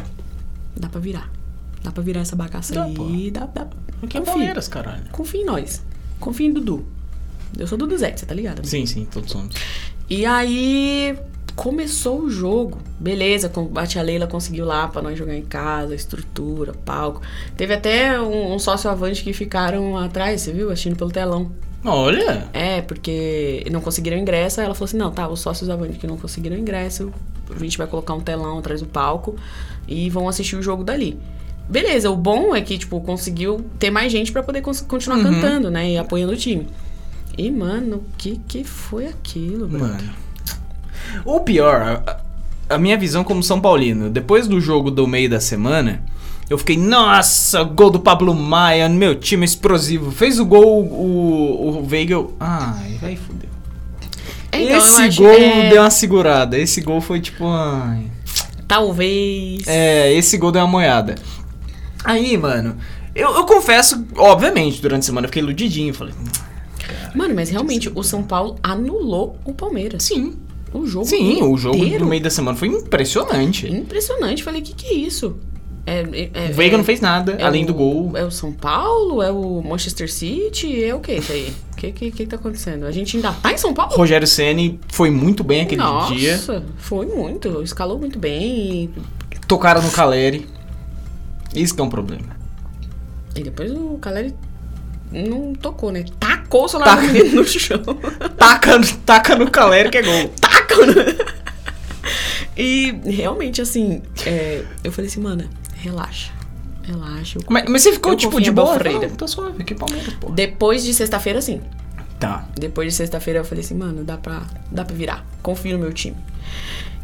[SPEAKER 2] dá pra virar. Dá pra virar essa bagaça
[SPEAKER 1] Dá,
[SPEAKER 2] aí. Dá, dá.
[SPEAKER 1] Que é
[SPEAKER 2] Confia.
[SPEAKER 1] Palmeiras, caralho.
[SPEAKER 2] Confia em nós. Confia em Dudu. Eu sou Dudu Zé, você tá ligado?
[SPEAKER 1] Sim, sim, todos somos.
[SPEAKER 2] E aí começou o jogo. Beleza, com- a tia Leila conseguiu lá pra nós jogar em casa, estrutura, palco. Teve até um, um sócio avante que ficaram atrás, você viu? Assistindo pelo telão.
[SPEAKER 1] Olha!
[SPEAKER 2] É, porque não conseguiram ingresso. Aí ela falou assim: não, tá, os sócios da Band que não conseguiram ingresso, a gente vai colocar um telão atrás do palco e vão assistir o jogo dali. Beleza, o bom é que, tipo, conseguiu ter mais gente pra poder cons- continuar cantando, né? E apoiando o time. E, mano, o que que foi aquilo, mano?
[SPEAKER 1] Mano. O pior, a- a, a minha visão como São Paulino, depois do jogo do meio da semana, eu fiquei, nossa, gol do Pablo Maia, meu time explosivo. Fez o gol o, o Veiga. eu- Ai, vai fudeu.
[SPEAKER 2] É, Então,
[SPEAKER 1] esse gol deu uma segurada. Esse gol foi tipo. Ai.
[SPEAKER 2] Talvez.
[SPEAKER 1] É, esse gol deu uma moiada. Aí, mano, eu, eu confesso, obviamente, durante a semana eu fiquei iludidinho. Falei,
[SPEAKER 2] Mano, mas realmente o São Paulo anulou o Palmeiras.
[SPEAKER 1] sim,
[SPEAKER 2] O jogo
[SPEAKER 1] Sim, o jogo
[SPEAKER 2] inteiro.
[SPEAKER 1] no meio da semana foi impressionante.
[SPEAKER 2] Impressionante. Falei, o que, que é isso? É, é- é-
[SPEAKER 1] O Veiga
[SPEAKER 2] é-
[SPEAKER 1] não fez nada,
[SPEAKER 2] é
[SPEAKER 1] além
[SPEAKER 2] o-
[SPEAKER 1] do gol.
[SPEAKER 2] É o São Paulo? É o Manchester City? É o que isso aí? O que, que, que tá acontecendo? A gente ainda tá em São Paulo?
[SPEAKER 1] Rogério Ceni foi muito bem aquele
[SPEAKER 2] Nossa,
[SPEAKER 1] dia.
[SPEAKER 2] foi muito. Escalou muito bem.
[SPEAKER 1] Tocaram no Caleri. Isso que é um problema.
[SPEAKER 2] E depois o Caleri não tocou, né? Tacou o celular do menino no chão.
[SPEAKER 1] Taca, taca no Caleri que é gol.
[SPEAKER 2] Tacou, né? E realmente, assim, é, eu falei assim, mana, relaxa. Relaxa.
[SPEAKER 1] Mas, mas você ficou
[SPEAKER 2] Eu
[SPEAKER 1] tipo
[SPEAKER 2] confio
[SPEAKER 1] de
[SPEAKER 2] em
[SPEAKER 1] boa?
[SPEAKER 2] Abel Ferreira.
[SPEAKER 1] Não, tô suave, aqui é Palmeiras, pô.
[SPEAKER 2] Depois de sexta-feira, sim.
[SPEAKER 1] Tá.
[SPEAKER 2] Depois de sexta-feira eu falei assim, mano, dá pra, dá pra virar. Confio no meu time.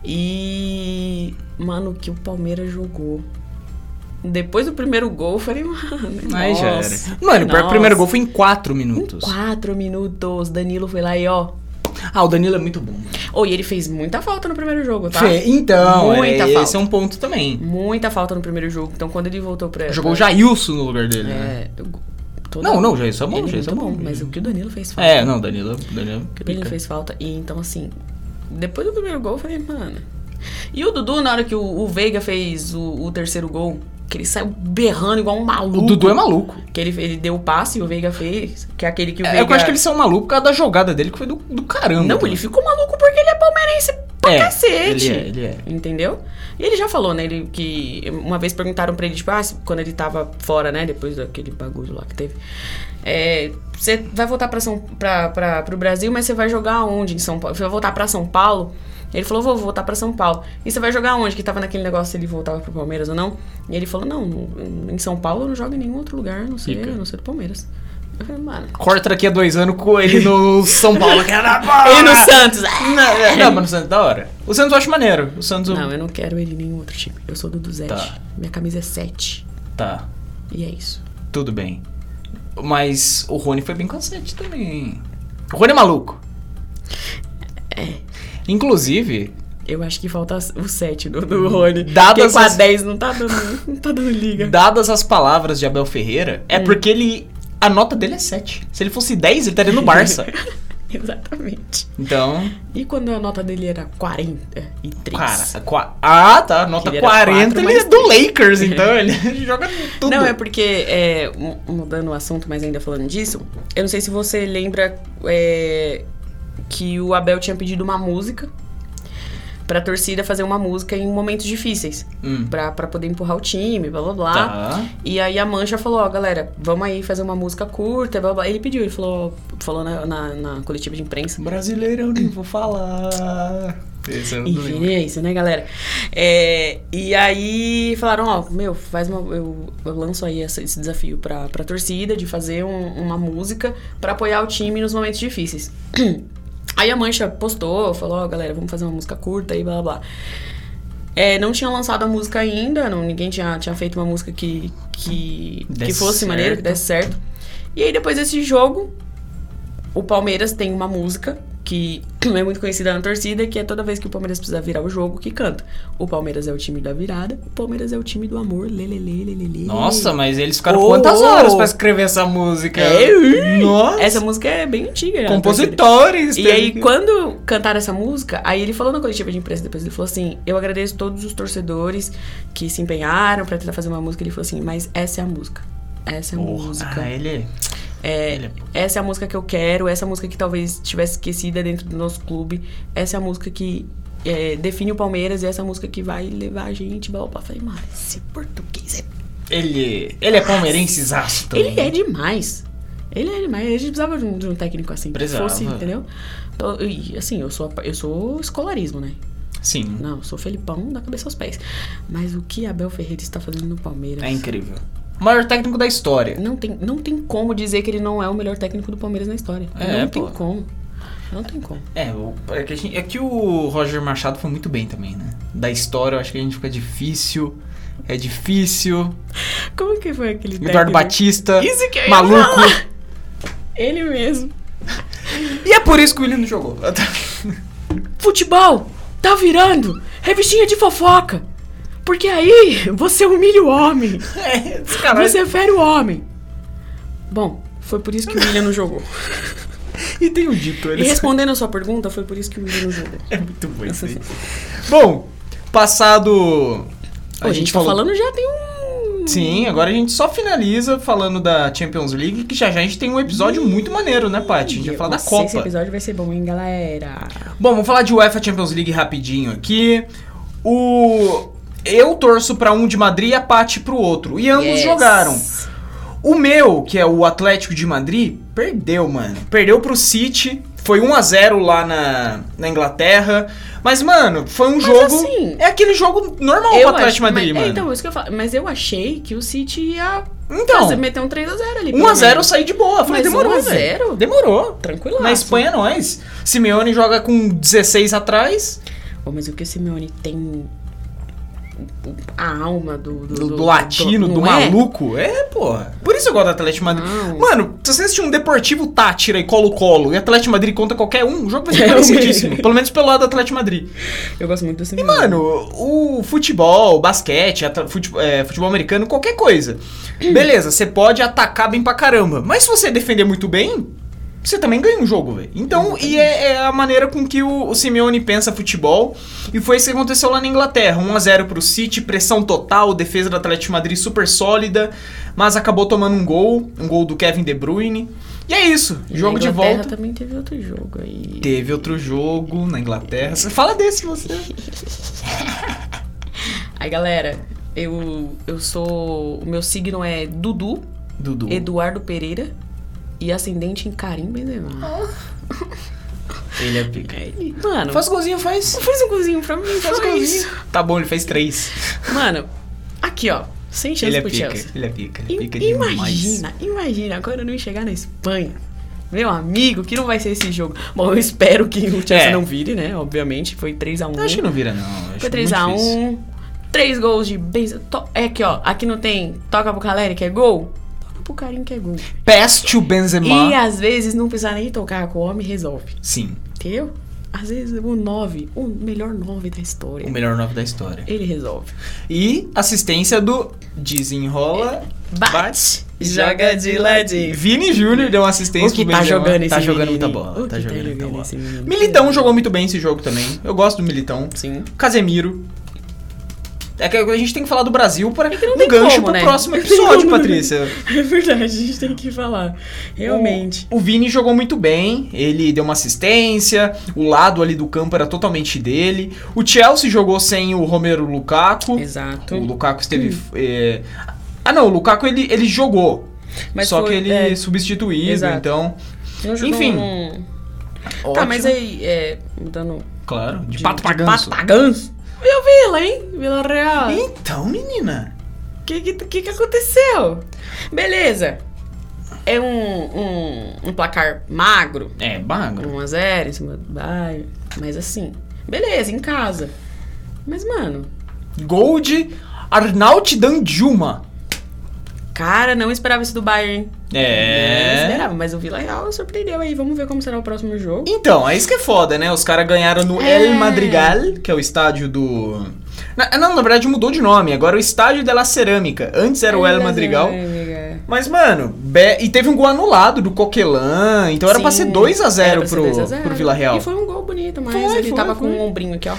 [SPEAKER 2] E, mano, o que o Palmeiras jogou. Depois do primeiro gol, eu falei, mano.
[SPEAKER 1] Aí já
[SPEAKER 2] nossa,
[SPEAKER 1] era. Mano, o pior que o
[SPEAKER 2] nossa.
[SPEAKER 1] primeiro gol foi em 4
[SPEAKER 2] Em
[SPEAKER 1] minutos.
[SPEAKER 2] Quatro minutos. Danilo foi lá e ó.
[SPEAKER 1] Ah, o Danilo é muito bom.
[SPEAKER 2] Oh, e ele fez muita falta no primeiro jogo, tá?
[SPEAKER 1] Fê, então,
[SPEAKER 2] Muita
[SPEAKER 1] é,
[SPEAKER 2] falta.
[SPEAKER 1] esse é um ponto também.
[SPEAKER 2] Muita falta no primeiro jogo. Então quando ele voltou pra.
[SPEAKER 1] Jogou o
[SPEAKER 2] pra,
[SPEAKER 1] Jailson no lugar dele, né?
[SPEAKER 2] É, eu- todo-
[SPEAKER 1] Não, não, o Jailson é bom,
[SPEAKER 2] Ele
[SPEAKER 1] o Jailson é
[SPEAKER 2] muito
[SPEAKER 1] bom.
[SPEAKER 2] Mas o que o Danilo fez falta.
[SPEAKER 1] É, não, Danilo, Danilo
[SPEAKER 2] O Danilo
[SPEAKER 1] pica.
[SPEAKER 2] fez falta. E então, assim, depois do primeiro gol, eu falei, mano. E o Dudu, na hora que o, o Veiga fez o, o terceiro gol, que ele saiu berrando igual um maluco.
[SPEAKER 1] O Dudu é maluco.
[SPEAKER 2] Que ele, ele deu o passe e o Veiga fez. Que é aquele que o
[SPEAKER 1] É
[SPEAKER 2] Veiga.
[SPEAKER 1] que eu acho que eles são malucos por causa da jogada dele, que foi do, do caramba. tá
[SPEAKER 2] Não, ele ficou maluco porque ele é palmeirense pra
[SPEAKER 1] É,
[SPEAKER 2] cacete.
[SPEAKER 1] ele é, ele é.
[SPEAKER 2] Entendeu? E ele já falou, né? Ele, que uma vez perguntaram pra ele, tipo, ah, se- quando ele tava fora, né? Depois daquele bagulho lá que teve. É, Você vai voltar pra São, pra, pra, pro Brasil, mas você vai jogar onde em São Paulo? Você vai voltar pra São Paulo? Ele falou, vou voltar pra São Paulo. E você vai jogar onde? Que tava naquele negócio se ele voltava pro Palmeiras ou não. E ele falou, não, no- em São Paulo eu não jogo em nenhum outro lugar, a não sei,
[SPEAKER 1] Fica.
[SPEAKER 2] não sei do Palmeiras. Eu falei, mano.
[SPEAKER 1] Corta daqui a dois anos com ele no São Paulo. que era bom.
[SPEAKER 2] E no Santos?
[SPEAKER 1] Não, é, não, mas no Santos é da hora. O Santos eu acho maneiro. O Santos.
[SPEAKER 2] Não, eu não quero ele em nenhum outro time. Eu sou do do Zete.
[SPEAKER 1] Tá.
[SPEAKER 2] Minha camisa é 7.
[SPEAKER 1] Tá,
[SPEAKER 2] E é isso.
[SPEAKER 1] tudo bem. Mas o Rony foi bem cansante também. O Rony é maluco.
[SPEAKER 2] É.
[SPEAKER 1] Inclusive,
[SPEAKER 2] Eu acho que falta o 7 do,
[SPEAKER 1] Hum.
[SPEAKER 2] do Rony.
[SPEAKER 1] Dadas
[SPEAKER 2] Porque com a
[SPEAKER 1] as-
[SPEAKER 2] 10 não tá dando, não tá dando liga.
[SPEAKER 1] dadas as palavras de Abel Ferreira,
[SPEAKER 2] Hum.
[SPEAKER 1] é porque ele. A nota dele é 7. Se ele fosse 10, ele estaria no Barça.
[SPEAKER 2] Exatamente.
[SPEAKER 1] Então.
[SPEAKER 2] E quando a nota dele era 43?
[SPEAKER 1] Cara, qua- ah, tá. Nota
[SPEAKER 2] Ele era
[SPEAKER 1] 40,
[SPEAKER 2] quatro,
[SPEAKER 1] ele é
[SPEAKER 2] mas
[SPEAKER 1] do Lakers, então. Ele joga tudo.
[SPEAKER 2] Não, é porque, é, mu- mudando o assunto, mas ainda falando disso, eu não sei se você lembra é, que o Abel tinha pedido uma música pra torcida fazer uma música em momentos difíceis.
[SPEAKER 1] Hum.
[SPEAKER 2] Pra, pra poder empurrar o time, blá blá blá.
[SPEAKER 1] Tá.
[SPEAKER 2] E aí a Mancha falou, ó, galera, vamos aí fazer uma música curta, blá, blá. Ele pediu, ele falou, falou na, na, na coletiva de imprensa.
[SPEAKER 1] Brasileiro, eu nem vou falar. Esse eu não lembro.
[SPEAKER 2] Enfim, é isso, né, galera? É, e aí falaram, ó, meu, faz uma. Eu, eu lanço aí essa- esse desafio pra, pra torcida de fazer um- uma música pra apoiar o time nos momentos difíceis. Aí a Mancha postou, falou, ó, galera, vamos fazer uma música curta e blá blá blá. É, não tinha lançado a música ainda, não, ninguém tinha, tinha feito uma música que, que, que
[SPEAKER 1] Desse
[SPEAKER 2] fosse maneira, que
[SPEAKER 1] certo.
[SPEAKER 2] desse certo. E aí depois desse jogo, o Palmeiras tem uma música que é muito conhecida na torcida, que é toda vez que o Palmeiras precisa virar o jogo, que canta. O Palmeiras é o time da virada, o Palmeiras é o time do amor, lelele, lelele.
[SPEAKER 1] Nossa, mas eles ficaram
[SPEAKER 2] Oh.
[SPEAKER 1] quantas horas pra escrever essa música?
[SPEAKER 2] É, ui.
[SPEAKER 1] Nossa.
[SPEAKER 2] Essa música é bem antiga. né, na torcida.
[SPEAKER 1] Compositores.
[SPEAKER 2] E
[SPEAKER 1] teve
[SPEAKER 2] aí,
[SPEAKER 1] que-
[SPEAKER 2] quando cantaram essa música, aí ele falou na coletiva de imprensa depois, ele falou assim: Eu agradeço todos os torcedores que se empenharam pra tentar fazer uma música. Ele falou assim, mas essa é a música. Essa é a
[SPEAKER 1] Porra,
[SPEAKER 2] música.
[SPEAKER 1] ah, ele...
[SPEAKER 2] É,
[SPEAKER 1] Ele é
[SPEAKER 2] essa é a música que eu quero, essa é a música que talvez tivesse esquecida dentro do nosso clube, essa é a música que é, define o Palmeiras e essa é a música que vai levar a gente, blá blá blá. Falei, mano, esse português é.
[SPEAKER 1] Ele... Ele é palmeirense zaço também.
[SPEAKER 2] Ele é demais. Ele é demais. A gente precisava de um, de um técnico assim,
[SPEAKER 1] Precisava.
[SPEAKER 2] que fosse, entendeu? Então, e, assim, eu sou, eu sou escolarismo, né?
[SPEAKER 1] Sim.
[SPEAKER 2] Não, eu sou Felipão da cabeça aos pés. Mas o que Abel Ferreira está fazendo no Palmeiras?
[SPEAKER 1] É incrível. O maior técnico da história.
[SPEAKER 2] Não tem, não tem como dizer que ele não é o melhor técnico do Palmeiras na história.
[SPEAKER 1] É,
[SPEAKER 2] não
[SPEAKER 1] pô.
[SPEAKER 2] tem como. Não tem como.
[SPEAKER 1] É, o- é, que a gente- é que o Roger Machado foi muito bem também, né? Da história, eu acho que a gente fica difícil. É difícil.
[SPEAKER 2] Como que foi aquele
[SPEAKER 1] Eduardo
[SPEAKER 2] técnico?
[SPEAKER 1] Batista.
[SPEAKER 2] Isso que eu ia
[SPEAKER 1] Maluco.
[SPEAKER 2] falar. Ele mesmo.
[SPEAKER 1] E é por isso que o Willian não jogou.
[SPEAKER 2] Futebol tá virando revistinha de fofoca. Porque aí você humilha o homem.
[SPEAKER 1] É, descarado.
[SPEAKER 2] Você fere o homem. Bom, foi por isso que o William não jogou.
[SPEAKER 1] E tem o dito,
[SPEAKER 2] E
[SPEAKER 1] eles...
[SPEAKER 2] respondendo a sua pergunta, foi por isso que o Gino Judas.
[SPEAKER 1] É muito bom isso aí. Bom, passado...
[SPEAKER 2] Pô, a gente tá falando já tem um.
[SPEAKER 1] Sim, agora a gente só finaliza falando da Champions League, que já já a gente tem um episódio muito maneiro, né, Paty? A gente vai falar da
[SPEAKER 2] Nossa,
[SPEAKER 1] Copa.
[SPEAKER 2] Esse episódio vai ser bom, hein, galera?
[SPEAKER 1] Bom, vamos falar de UEFA Champions League rapidinho aqui. O eu torço pra um de Madrid e a Paty pro outro. E ambos
[SPEAKER 2] Yes.
[SPEAKER 1] jogaram. O meu, que é o Atlético de Madrid, perdeu, mano. Perdeu pro City. Foi 1 a 0 lá na, na Inglaterra. Mas, mano, foi um jogo.
[SPEAKER 2] assim,
[SPEAKER 1] é aquele jogo normal pro
[SPEAKER 2] Eu
[SPEAKER 1] Atlético de
[SPEAKER 2] acho, mas,
[SPEAKER 1] Madrid,
[SPEAKER 2] é,
[SPEAKER 1] mano.
[SPEAKER 2] então, isso que eu falo. Mas eu achei que o City ia
[SPEAKER 1] então,
[SPEAKER 2] fazer, meter um 3x0 ali.
[SPEAKER 1] 1 a 0 eu saí de boa. Falei,
[SPEAKER 2] Mas
[SPEAKER 1] demorou,
[SPEAKER 2] 1 a
[SPEAKER 1] velho.
[SPEAKER 2] 0?
[SPEAKER 1] Demorou.
[SPEAKER 2] Tranquilo.
[SPEAKER 1] Na Espanha, nós. Simeone joga com 16 atrás.
[SPEAKER 2] Pô, mas o que o Simeone tem. A alma do.
[SPEAKER 1] do, do latino, do,
[SPEAKER 2] não é?
[SPEAKER 1] maluco. É, porra. Por isso eu gosto do Atlético de Madrid.
[SPEAKER 2] Não.
[SPEAKER 1] Mano, se você assistir um Deportivo Tátira e Colo-Colo e Atlético de Madrid contra qualquer um, o jogo vai ser
[SPEAKER 2] É,
[SPEAKER 1] parecidíssimo.
[SPEAKER 2] mesmo.
[SPEAKER 1] Pelo menos pelo lado do Atlético de Madrid.
[SPEAKER 2] Eu gosto muito do Simeone.
[SPEAKER 1] Mano, o futebol, o basquete, atra- fute- é, futebol americano, qualquer coisa.
[SPEAKER 2] Hum.
[SPEAKER 1] Beleza, você pode atacar bem pra caramba. Mas se você defender muito bem, você também ganha um jogo, velho. Então, e é, é a maneira com que o, o Simeone pensa futebol. E foi isso que aconteceu lá na Inglaterra. 1x0 pro City, pressão total, defesa do Atlético de Madrid super sólida. Mas acabou tomando um gol, um gol do Kevin De Bruyne. E é isso,
[SPEAKER 2] E
[SPEAKER 1] jogo
[SPEAKER 2] na
[SPEAKER 1] de
[SPEAKER 2] Inglaterra
[SPEAKER 1] volta.
[SPEAKER 2] também teve outro jogo aí.
[SPEAKER 1] Teve outro jogo na Inglaterra. Fala desse você.
[SPEAKER 2] Aí, galera, eu, eu sou. O meu signo é Dudu,
[SPEAKER 1] Dudu.
[SPEAKER 2] Eduardo Pereira e ascendente em Karim Benzema.
[SPEAKER 1] Ele é pica.
[SPEAKER 2] Aí, Mano,
[SPEAKER 1] Faz golzinho, faz.
[SPEAKER 2] faz um cozinho pra mim, faz
[SPEAKER 1] Faz
[SPEAKER 2] um cozinho.
[SPEAKER 1] golzinho. Tá bom, ele fez três.
[SPEAKER 2] Mano, aqui ó, sem chance
[SPEAKER 1] Ele é
[SPEAKER 2] pro
[SPEAKER 1] pica.
[SPEAKER 2] Chelsea.
[SPEAKER 1] Ele é pica.
[SPEAKER 2] I-
[SPEAKER 1] Pica demais.
[SPEAKER 2] imagina, imagina quando eu não chegar na Espanha. Meu amigo, que não vai ser esse jogo. Bom, eu espero que o Chelsea
[SPEAKER 1] É.
[SPEAKER 2] não vire, né? Obviamente, foi 3x1.
[SPEAKER 1] Eu acho que não vira, não. Acho
[SPEAKER 2] Foi
[SPEAKER 1] muito difícil.
[SPEAKER 2] 3x1. Três gols de Benz. to- É aqui, ó. Aqui não tem toca pro Caleri, que é gol? Toca pro Carim, que é gol.
[SPEAKER 1] Peste o Benzema.
[SPEAKER 2] E às vezes não precisa nem tocar com o homem, resolve.
[SPEAKER 1] Sim,
[SPEAKER 2] Entendeu? Às vezes o 9, o melhor 9 da história.
[SPEAKER 1] o melhor nove da história.
[SPEAKER 2] Ele resolve.
[SPEAKER 1] E assistência do desenrola,
[SPEAKER 2] Bate, joga de ladinho.
[SPEAKER 1] Vini Júnior deu uma assistência
[SPEAKER 2] O que
[SPEAKER 1] pro
[SPEAKER 2] tá
[SPEAKER 1] Benzema.
[SPEAKER 2] jogando esse
[SPEAKER 1] Tá jogando muita
[SPEAKER 2] menino, hein?
[SPEAKER 1] bola.
[SPEAKER 2] O
[SPEAKER 1] Tá
[SPEAKER 2] que tá
[SPEAKER 1] jogando muita
[SPEAKER 2] jogando
[SPEAKER 1] bola.
[SPEAKER 2] esse menino?
[SPEAKER 1] Militão jogou muito bem esse jogo também. Eu gosto do Militão.
[SPEAKER 2] Sim.
[SPEAKER 1] Casemiro. É que a gente tem que falar do Brasil para
[SPEAKER 2] que não
[SPEAKER 1] um
[SPEAKER 2] tem
[SPEAKER 1] gancho
[SPEAKER 2] como,
[SPEAKER 1] pro
[SPEAKER 2] né?
[SPEAKER 1] próximo
[SPEAKER 2] Não tem
[SPEAKER 1] episódio,
[SPEAKER 2] como.
[SPEAKER 1] Patrícia.
[SPEAKER 2] É verdade, a gente tem que falar. Realmente.
[SPEAKER 1] O, o Vini jogou muito bem, ele deu uma assistência, o lado ali do campo era totalmente dele. O Chelsea jogou sem o Romero Lukaku.
[SPEAKER 2] Exato.
[SPEAKER 1] O Lukaku esteve. eh, Ah, não, o Lukaku ele, ele jogou.
[SPEAKER 2] Mas
[SPEAKER 1] só
[SPEAKER 2] foi-
[SPEAKER 1] que ele
[SPEAKER 2] é.
[SPEAKER 1] substituído,
[SPEAKER 2] Exato.
[SPEAKER 1] então.
[SPEAKER 2] Não jogou
[SPEAKER 1] Enfim.
[SPEAKER 2] um- Tá,
[SPEAKER 1] ótimo.
[SPEAKER 2] mas aí, é, mudando
[SPEAKER 1] Claro, de,
[SPEAKER 2] de-
[SPEAKER 1] pato
[SPEAKER 2] de
[SPEAKER 1] pra ganso.
[SPEAKER 2] Pato pra ganso. E o Vila, hein? Vila Real.
[SPEAKER 1] Então, menina.
[SPEAKER 2] O que, que, que que aconteceu? Beleza. É um, um, um placar magro,
[SPEAKER 1] É, bagro.
[SPEAKER 2] 1x0 em cima do Bayern, mas assim, beleza, em casa. Mas, mano,
[SPEAKER 1] Gol de Arnaut Danjuma.
[SPEAKER 2] cara, não esperava isso do Bayern. hein? Não
[SPEAKER 1] É.
[SPEAKER 2] esperava, mas o Vila Real surpreendeu aí. Vamos ver como será o próximo jogo.
[SPEAKER 1] Então, é isso que é foda, né? Os caras ganharam no
[SPEAKER 2] É.
[SPEAKER 1] El Madrigal, que é o estádio do. Na- não, na verdade mudou de nome. Agora é o estádio dela Cerâmica. Antes
[SPEAKER 2] É
[SPEAKER 1] era o El Madrigal. Mas, mano, be- e teve um gol anulado do Coquelin. Então era pra ser 2x0 pro, pro Vila Real.
[SPEAKER 2] E foi um gol bonito, mas
[SPEAKER 1] Foi,
[SPEAKER 2] ele
[SPEAKER 1] foi,
[SPEAKER 2] tava com
[SPEAKER 1] foi.
[SPEAKER 2] um ombrinho aqui, ó.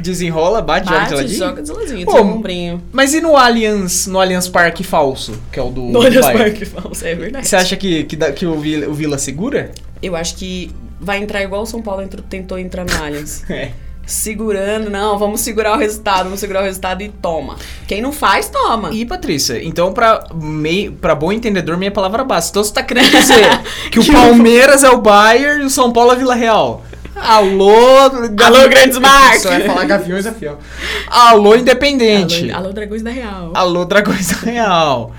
[SPEAKER 1] Desenrola, bate, joga de
[SPEAKER 2] Bate,
[SPEAKER 1] ladinho.
[SPEAKER 2] joga desladinho,
[SPEAKER 1] Pô,
[SPEAKER 2] tem um ombrinho.
[SPEAKER 1] Mas e no Allianz, no Allianz Parque falso, que é o do.
[SPEAKER 2] No Allianz
[SPEAKER 1] Bayern?
[SPEAKER 2] Parque, falso, é verdade.
[SPEAKER 1] Você acha que, que, dá- que o, Vila, o Vila segura?
[SPEAKER 2] Eu acho que vai entrar igual o São Paulo entrou- tentou entrar no Allianz.
[SPEAKER 1] É.
[SPEAKER 2] Segurando, não, vamos segurar o resultado, vamos segurar o resultado e toma. Quem não faz, toma.
[SPEAKER 1] E, Patrícia, então, pra, mei, pra bom entendedor, minha palavra basta. Então você tá querendo dizer que o Palmeiras é o Bayern e o São Paulo é a Vila Real. Alô,
[SPEAKER 2] Alô, grandes marcas.
[SPEAKER 1] Só ia é falar Gaviões da Fiel. Alô, Independente.
[SPEAKER 2] Alô, alô, Dragões da Real.
[SPEAKER 1] Alô, Dragões da Real.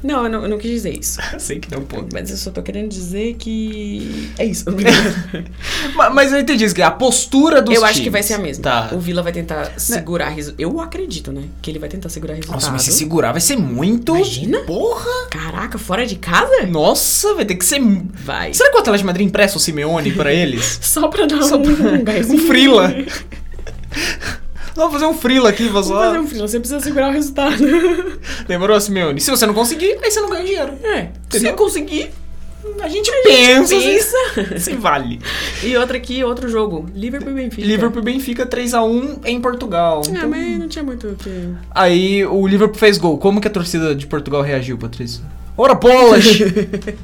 [SPEAKER 2] Não, eu não, eu não quis dizer isso.
[SPEAKER 1] Sei que não, pô.
[SPEAKER 2] Mas eu só tô querendo dizer que. É isso.
[SPEAKER 1] Ma- Mas eu entendi isso, que a postura dos
[SPEAKER 2] eu acho que
[SPEAKER 1] times.
[SPEAKER 2] vai ser a mesma.
[SPEAKER 1] Tá.
[SPEAKER 2] O Vila vai tentar segurar. resu- Eu acredito, né? Que ele vai tentar segurar resultado.
[SPEAKER 1] Nossa, mas se segurar vai ser muito.
[SPEAKER 2] Imagina.
[SPEAKER 1] Porra!
[SPEAKER 2] Caraca, fora de casa?
[SPEAKER 1] Nossa, vai ter que ser. mu-
[SPEAKER 2] Vai.
[SPEAKER 1] Será que o Atlético de Madrid empresta o Simeone pra eles?
[SPEAKER 2] Só pra dar
[SPEAKER 1] Só
[SPEAKER 2] um,
[SPEAKER 1] pra-
[SPEAKER 2] um
[SPEAKER 1] um frila. Vamos fazer um frila aqui,
[SPEAKER 2] Vamos
[SPEAKER 1] pessoal.
[SPEAKER 2] fazer um frila, você precisa segurar o resultado.
[SPEAKER 1] Demorou, Simeone? Se você não conseguir, aí você não ganha dinheiro.
[SPEAKER 2] É, se
[SPEAKER 1] Entendeu?
[SPEAKER 2] eu conseguir,
[SPEAKER 1] A gente pensa, assim.
[SPEAKER 2] pensa.
[SPEAKER 1] se- se vale.
[SPEAKER 2] E outra aqui, outro jogo. Liverpool e Benfica.
[SPEAKER 1] Liverpool e Benfica 3x1 em Portugal.
[SPEAKER 2] É,
[SPEAKER 1] Então,
[SPEAKER 2] mas não tinha muito o que.
[SPEAKER 1] Aí o Liverpool fez gol. Como que a torcida de Portugal reagiu, Patrícia? Ora bolas!